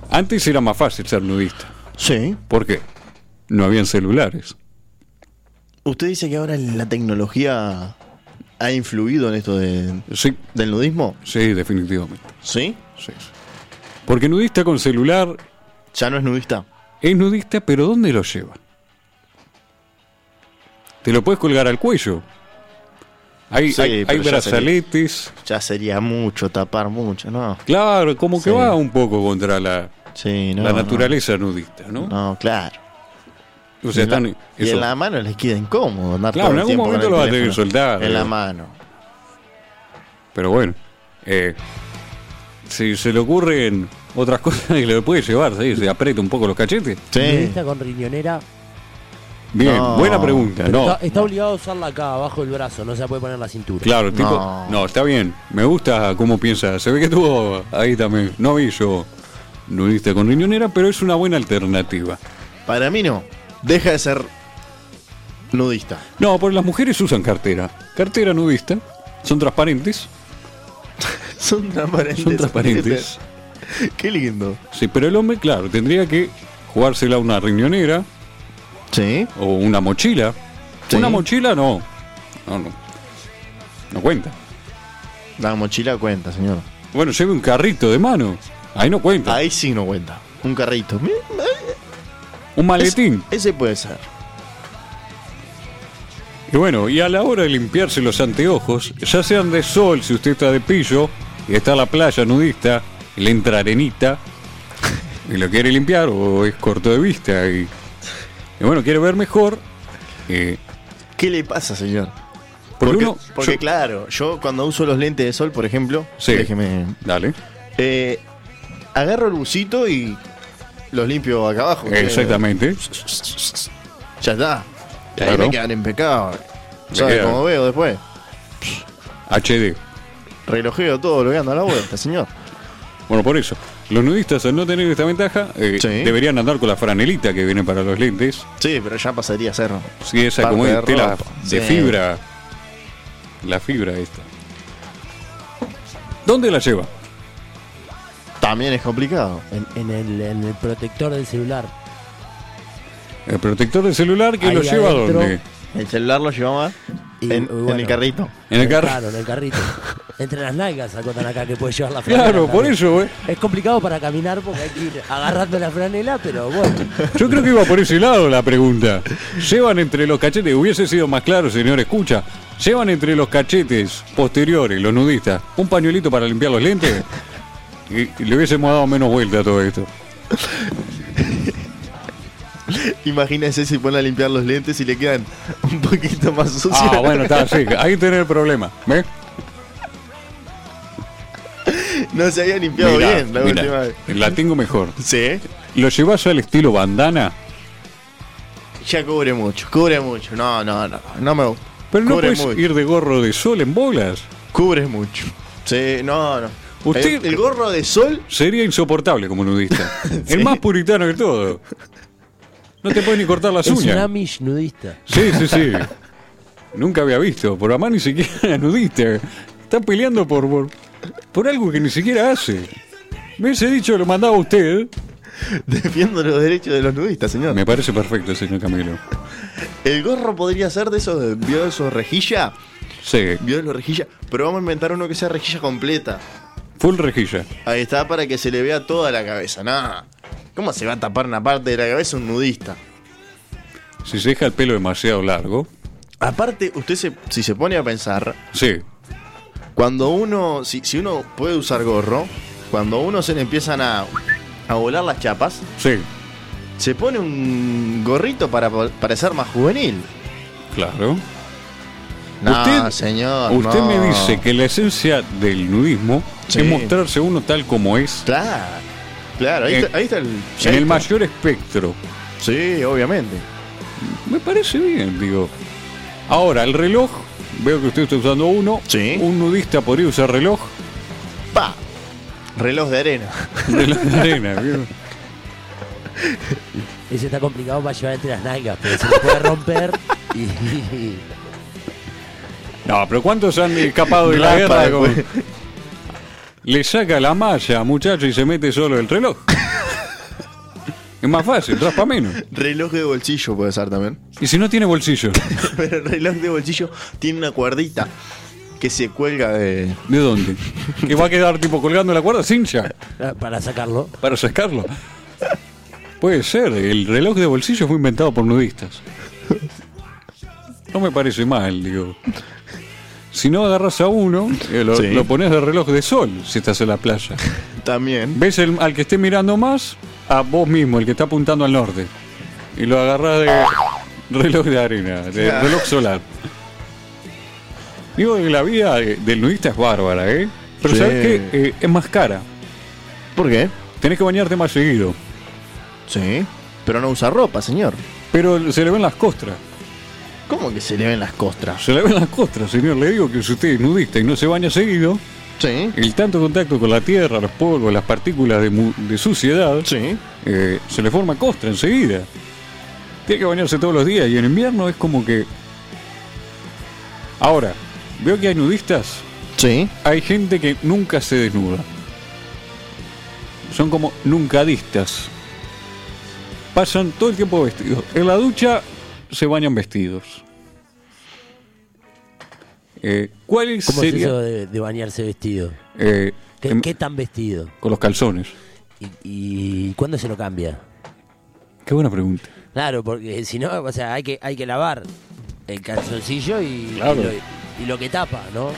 antes era más fácil ser nudista.
Sí.
¿Por qué? No habían celulares.
Usted dice que ahora la tecnología ha influido en esto de-
Sí,
del nudismo.
sí, definitivamente.
¿Sí?
Sí, sí. Porque nudista con celular
Ya no es nudista.
es nudista, pero ¿dónde lo lleva? Te lo puedes colgar al cuello. Hay,
Sí,
hay- hay
pero ya
brazaletes.
Ya sería mucho tapar mucho, ¿no?
Claro, como que
Sí.
va un poco contra la,
Sí, no.
la
no.
naturaleza nudista, ¿no?
No, claro.
O sea,
Y en la-
están.
y
eso.
en la mano les queda incómodo andar
Claro,
todo
en
el
algún
tiempo con
momento
el
lo vas a tener
teléfono
que soltar,
En la
digo.
mano.
Pero bueno, eh, si se le ocurren otras cosas y le puede llevar, ¿sí? se aprieta un poco los cachetes.
Sí.
Periodista con riñonera.
Bien,
No.
buena pregunta.
pero
No,
está, está obligado a usarla acá, abajo del brazo, no se la puede poner en la cintura.
claro, tipo, no.
No.
está bien. Me gusta cómo piensa. Se ve que tuvo ahí también. No vi yo nudista con riñonera, pero es una buena alternativa.
Para mí no. Deja de ser nudista.
No, porque las mujeres usan cartera. Cartera nudista. Son transparentes.
Son transparentes.
Son transparentes.
Qué lindo.
Sí, pero el hombre, claro, tendría que jugársela una riñonera
Sí.
o una mochila.
Sí.
Una mochila no. No, no. No cuenta.
La mochila cuenta, señor.
Bueno, lleve un carrito de mano. Ahí no cuenta.
Ahí sí no cuenta. Un carrito. Mi-
Un maletín.
Ese, ese puede ser.
Y bueno, y a la hora de limpiarse los anteojos, ya sean de sol si usted está de pillo, y está la playa nudista, y le entra arenita, y lo quiere limpiar, o es corto de vista, y, y bueno, quiere ver mejor. eh,
¿Qué le pasa, señor?
porque
Porque,
uno-
porque,
yo-
claro, yo cuando uso los lentes de sol, por ejemplo,
Sí.
déjeme.
Dale.
eh, agarro el bucito y los limpio acá abajo. que-
Exactamente.
Ya está. Y Ahí
Claro.
me quedan impecables. ¿Sabes
quedan.
cómo veo después?
HD.
Relojeo todo lo que anda a la vuelta, señor.
Bueno, por eso. Los nudistas, al no tener esta ventaja, eh,
Sí.
deberían andar con la franelita que viene para los lentes.
Sí, pero ya pasaría a ser.
Sí, esa
Parte
como
de
es tela
ropa.
de
Sí.
fibra. La fibra esta. ¿Dónde la lleva?
También es complicado.
En, en el, en el protector del celular.
El protector del celular que
Ahí
lo lleva
adentro.
dónde?
El celular lo llevaba
Y,
en,
bueno.
en el carrito.
En el carro.
Claro, en el carrito. Entre las nalgas acotan acá que puede llevar la franela.
Claro, por
también.
eso, eh. güey.
Es complicado para caminar porque hay que ir agarrando la franela, pero bueno.
Yo creo que iba por ese lado la pregunta. Llevan entre los cachetes, hubiese sido más claro, señor, escucha. Llevan entre los cachetes posteriores, los nudistas, un pañuelito para limpiar los lentes. Y y le hubiésemos dado menos vuelta a todo esto.
Imagínense si ponen a limpiar los lentes y le quedan un poquito más sucios.
Ah, bueno, está así. Ahí tenés el problema. ¿Ves?
No se había limpiado
Mirá,
bien la
mirá,
última vez.
la tengo mejor.
Sí.
¿Lo llevas al estilo bandana?
Ya cubre mucho, cubre mucho. No, no, no. No me gusta.
Pero no
cubre
puedes
mucho.
ir de gorro de sol en bolas.
Cubre mucho. Sí, no, no.
Usted-
El, el gorro de sol.
Sería insoportable como nudista. El más puritano que todo. No te puedes ni cortar las
Es un
uñas.
Amish nudista.
Sí, sí, sí. Nunca había visto. Por Amán ni siquiera era nudista. Está peleando por, por, por algo que ni siquiera hace. Me hubiese dicho, lo mandaba usted.
Defiendo los derechos de los nudistas, señor.
Me parece perfecto, señor Camilo.
El gorro podría ser de esos. de- ¿Vio esos rejilla?
Sí,
¿Vio los rejilla? Pero vamos a inventar uno que sea rejilla completa.
full rejilla.
Ahí está para que se le vea toda la cabeza. Nada. ¿Cómo se va a tapar una parte de la cabeza un nudista?
Si se deja el pelo demasiado largo.
Aparte, usted se- si se pone a pensar,
Sí,
Cuando uno, si, si uno puede usar gorro, cuando uno se le empiezan a, a volar las chapas,
sí,
se pone un gorrito para pa- parecer más juvenil.
claro.
No,
Usted-
señor.
Usted
no.
me dice que la esencia del nudismo
Sí.
es mostrarse uno tal como es.
Claro, claro, ahí,
Eh, En-
está, ahí está el.
En el
shape.
mayor espectro.
Sí, obviamente.
Me parece bien, digo. Ahora, el reloj, veo que usted está usando uno.
Sí.
Un nudista podría usar reloj.
Pa. Reloj de arena.
Reloj de arena, ¿vieron?
Ese está complicado para llevar entre las nalgas, pero se le puede romper y, y-
No, pero ¿cuántos han escapado de la
Rapa
guerra?
después.
con- Le saca la malla, muchacho, y se mete solo el reloj. es más fácil, raspa menos.
Reloj de bolsillo puede ser también.
Y si no tiene bolsillo,
Pero el reloj de bolsillo tiene una cuerdita que se cuelga de.
¿de dónde? Que va a quedar tipo colgando la cuerda cincha
ah, para sacarlo.
para sacarlo. Puede ser, el reloj de bolsillo fue inventado por nudistas. No me parece mal, digo. Si no agarras a uno, eh, lo,
Sí.
lo pones de reloj de sol si estás en la playa.
También.
Ves el- al que esté mirando más, a vos mismo, el que está apuntando al norte. Y lo agarrás de reloj de arena, de reloj solar. Digo que la vida de- del nudista es bárbara, ¿eh? Pero
Sí.
sabes que es más cara.
¿Por qué?
Tenés que bañarte más seguido.
Sí. Pero no usa ropa, señor.
Pero se le ven las costras.
¿Cómo que se le ven las costras?
Se le ven las costras, señor. Le digo que si usted es nudista y no se baña seguido,
Sí.
el tanto contacto con la tierra, los polvos, las partículas de, mu- de suciedad,
Sí.
eh, se le forma costra enseguida. Tiene que bañarse todos los días y en invierno es como que... Ahora, veo que hay nudistas
Sí.
hay gente que nunca se desnuda. Son como nuncadistas. Pasan todo el tiempo vestidos. En la ducha se bañan vestidos. Eh, ¿Cuál
¿Cómo es
sería?
eso de, de bañarse vestido?
Eh,
¿Qué,
em-
qué tan vestido?
Con los calzones.
¿Y, y cuándo se lo cambia?
Qué buena pregunta.
Claro, porque si no, o sea, hay que, hay que lavar el calzoncillo y,
Claro.
y, lo, y lo que tapa, ¿no?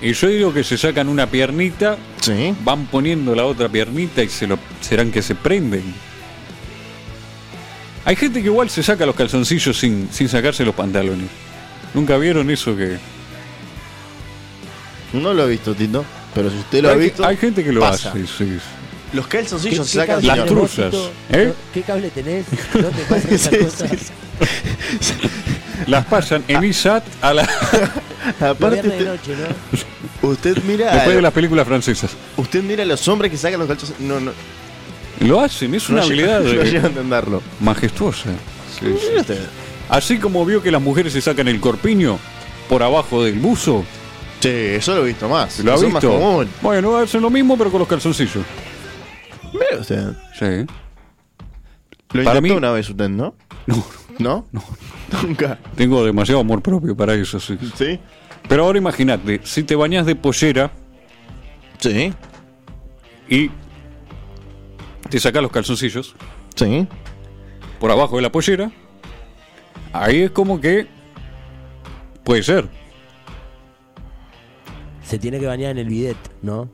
Y yo digo que se sacan una piernita,
Sí.
van poniendo la otra piernita y se lo serán que se prenden. Hay gente que igual se saca los calzoncillos sin, sin sacarse los pantalones. ¿Nunca vieron eso que.?
No lo he visto, Tito. Pero si usted lo ha
hay,
visto.
hay gente que lo
pasa.
hace. sí.
Los
¿Qué-
calzoncillos
qué
se sacan
cable
las
señor.
tenés,
truzas,
Tito?
¿eh?
¿Qué cable tenés? No te pasen esas
Sí,
cosas.
sí, sí.
Las pasan en ISAT a la,
Los
Aparte,
viernes de
usted,
noche, ¿no?
usted mira.
después de las películas francesas.
Usted mira a los hombres que sacan los calzoncillos. No, no.
Lo hacen, es una
no
habilidad
llego- no
eh,
llego a entenderlo.
majestuosa. Sí, sí.
Mire usted.
Así como vio que las mujeres se sacan el corpiño por abajo del buzo,
Sí, eso lo he visto más.
¿lo ha
Eso es más
visto?
común.
Bueno, hacen lo mismo pero con los calzoncillos.
Mire usted.
Sí.
Lo
Para
intentó
mí-
una vez usted, ¿no?
No, no,
¿No? No. Nunca.
tengo demasiado amor propio para eso, sí.
¿Sí?
Pero ahora imagínate, si te bañas de pollera
Sí.
y te sacas los calzoncillos
Sí.
por abajo de la pollera, ahí es como que puede ser,
Se tiene que bañar en el bidet, ¿no?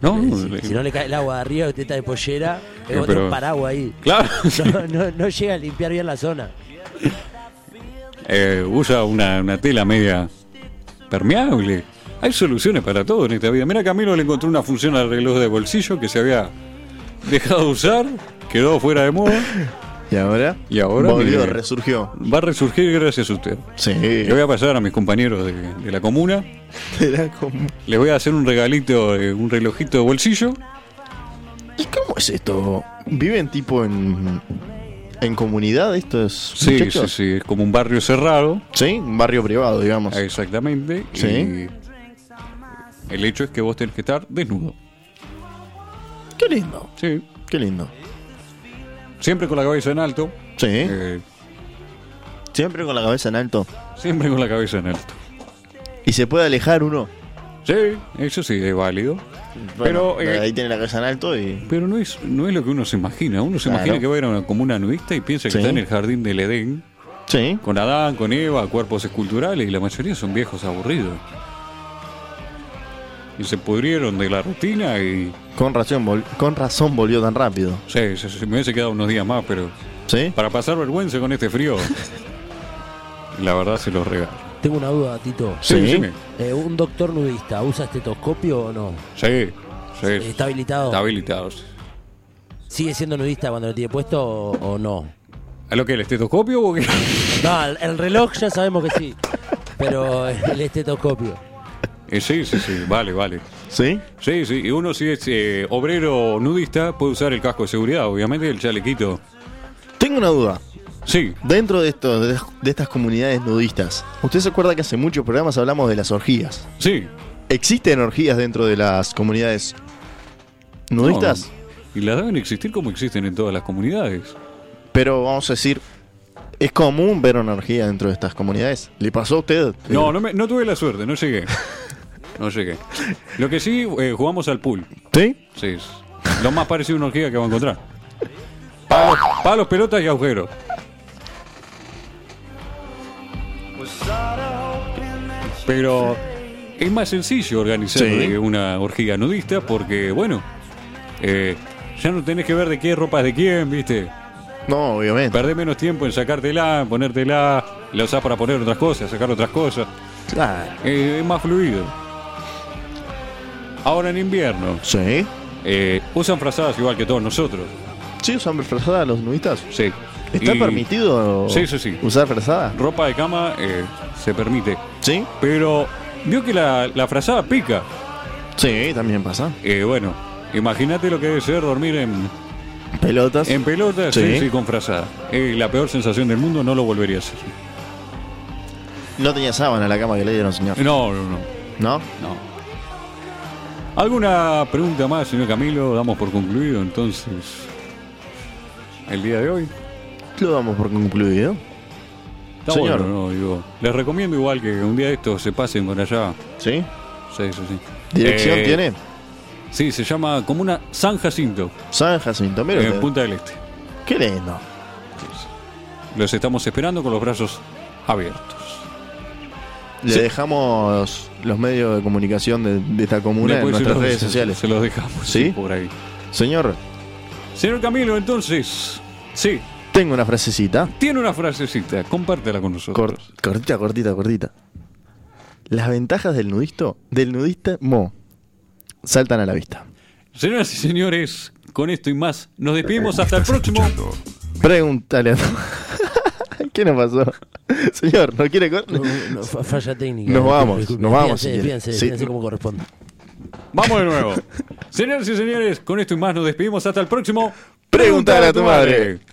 ¿no?
Si, si no le cae el agua de arriba, usted está de pollera, es
Eh,
otro
pero-
paraguas ahí.
Claro,
No, no, no llega a limpiar bien la zona.
eh, usa una, una tela media permeable. Hay soluciones para todo en esta vida. Mira, Camilo le encontró una función al reloj de bolsillo que se había dejado de usar, quedó fuera de moda,
¿Y ahora?
Y ahora,
Volvió,
mire.
resurgió.
va a resurgir gracias a usted.
Sí.
Le voy a pasar a mis compañeros de, de la comuna.
Era como-
Les voy a hacer un regalito, eh, un relojito de bolsillo.
¿Y cómo es esto? ¿Viven tipo en. en comunidad estos
Sí,
muchachos?
sí, sí. Es como un barrio cerrado.
Sí, un barrio privado, digamos.
Exactamente.
Sí.
y el hecho es que vos tenés que estar desnudo.
Qué lindo.
Sí.
Qué lindo.
Siempre con la cabeza en alto.
Sí.
eh,
Siempre con la cabeza en alto.
siempre con la cabeza en alto.
Y se puede alejar uno.
Sí, eso sí es válido.
Bueno,
Pero, eh,
ahí tiene la cabeza en alto y.
Pero no es, no es lo que uno se imagina. Uno se
Claro.
imagina que va a ir a una comuna nudista y piensa que
Sí.
está en el jardín del Edén.
Sí.
Con Adán, con Eva, cuerpos esculturales y la mayoría son viejos aburridos. Y se pudrieron de la rutina y...
Con razón, vol- con razón volvió tan rápido.
Sí, sí, sí, me hubiese quedado unos días más, pero...
¿Sí?
Para pasar vergüenza con este frío. La verdad se los regalo.
Tengo una duda, Tito.
Sí,
Sí.
decime.
Eh, ¿Un doctor nudista usa estetoscopio o no?
Sí, sí.
¿Está habilitado?
Está habilitado, sí.
¿Sigue siendo nudista cuando lo tiene puesto o, o no?
¿A lo que el estetoscopio o qué?
No, el, el reloj ya sabemos que sí. Pero el estetoscopio.
Eh, sí, sí, sí, vale, vale.
¿Sí?
Sí, sí, y uno si es eh, obrero nudista puede usar el casco de seguridad, obviamente, y el chalequito.
Tengo una duda.
Sí,
Dentro de, esto, de, de estas comunidades nudistas, ¿usted se acuerda que hace muchos programas hablamos de las orgías?
sí.
¿Existen orgías dentro de las comunidades nudistas?
No, y las deben existir como existen en todas las comunidades.
Pero vamos a decir, es común ver una orgía dentro de estas comunidades. ¿Le pasó a usted? Eh,
No, no, me- no tuve la suerte, no llegué. No llegué. Lo que sí, eh, jugamos al pool.
¿Sí?
Sí, es lo más parecido a una orgía que va a encontrar. Palos, palos, pelotas y agujeros. Pero es más sencillo organizar
Sí.
eh, una orgía nudista porque, bueno, eh, ya no tenés que ver de qué ropa es de quién, ¿viste?
No, obviamente.
Perdés menos tiempo en sacártela, en ponértela, la usás para poner otras cosas, sacar otras cosas.
Claro.
Eh, es más fluido. Ahora en invierno,
Sí.
eh, usan frazadas igual que todos nosotros.
Sí, usan frazada los nudistas.
Sí.
¿Está
Y
permitido
Sí, sí, sí.
usar frazada?
Ropa de cama eh, se permite.
Sí.
Pero vio que la, la frazada pica.
Sí, también pasa.
Eh, bueno, imagínate lo que debe ser dormir en,
Pelotas.
en pelotas sí.
Sí.
sí, con frazada. Eh, la peor sensación del mundo no lo volvería a hacer.
No tenía sábana la cama que le dieron, señor.
No, no, no.
¿No?
no. ¿Alguna pregunta más, señor Camilo? Damos por concluido entonces el día de hoy.
Lo damos por concluido.
Está
Señor.
bueno, ¿no? Digo, les recomiendo igual que un día de estos se pasen por allá.
¿Sí?
Sí, sí, sí.
¿Dirección
Eh,
tiene?
Sí, se llama Comuna San Jacinto,
San Jacinto. Mira
en
usted.
Punta del Este.
Qué lindo.
Los estamos esperando con los brazos abiertos.
Le
Sí.
dejamos los medios de comunicación de, de esta comuna en
Después se
nuestras
los-
redes sociales.
Se los dejamos
¿Sí?
sí, por ahí.
Señor,
Señor Camilo, entonces, sí,
tengo una frasecita.
tiene una frasecita, compártela con nosotros.
Cor- cortita, cortita, cortita. Las ventajas del nudisto, del nudista mo, saltan a la vista.
Señoras y señores, con esto y más, nos despedimos hasta el próximo.
Pregúntale a tu- ¿Qué nos pasó? Señor, ¿no quiere cor-
No, no, fa- falla técnica.
Nos
Disculpe,
vamos,
disculpe.
nos vamos, si
Despídanse,
quiere. Sí.
despídanse, despídanse como corresponde.
Vamos de nuevo. Señoras y señores, con esto y más, nos despedimos hasta el próximo.
Pregúntale a tu madre.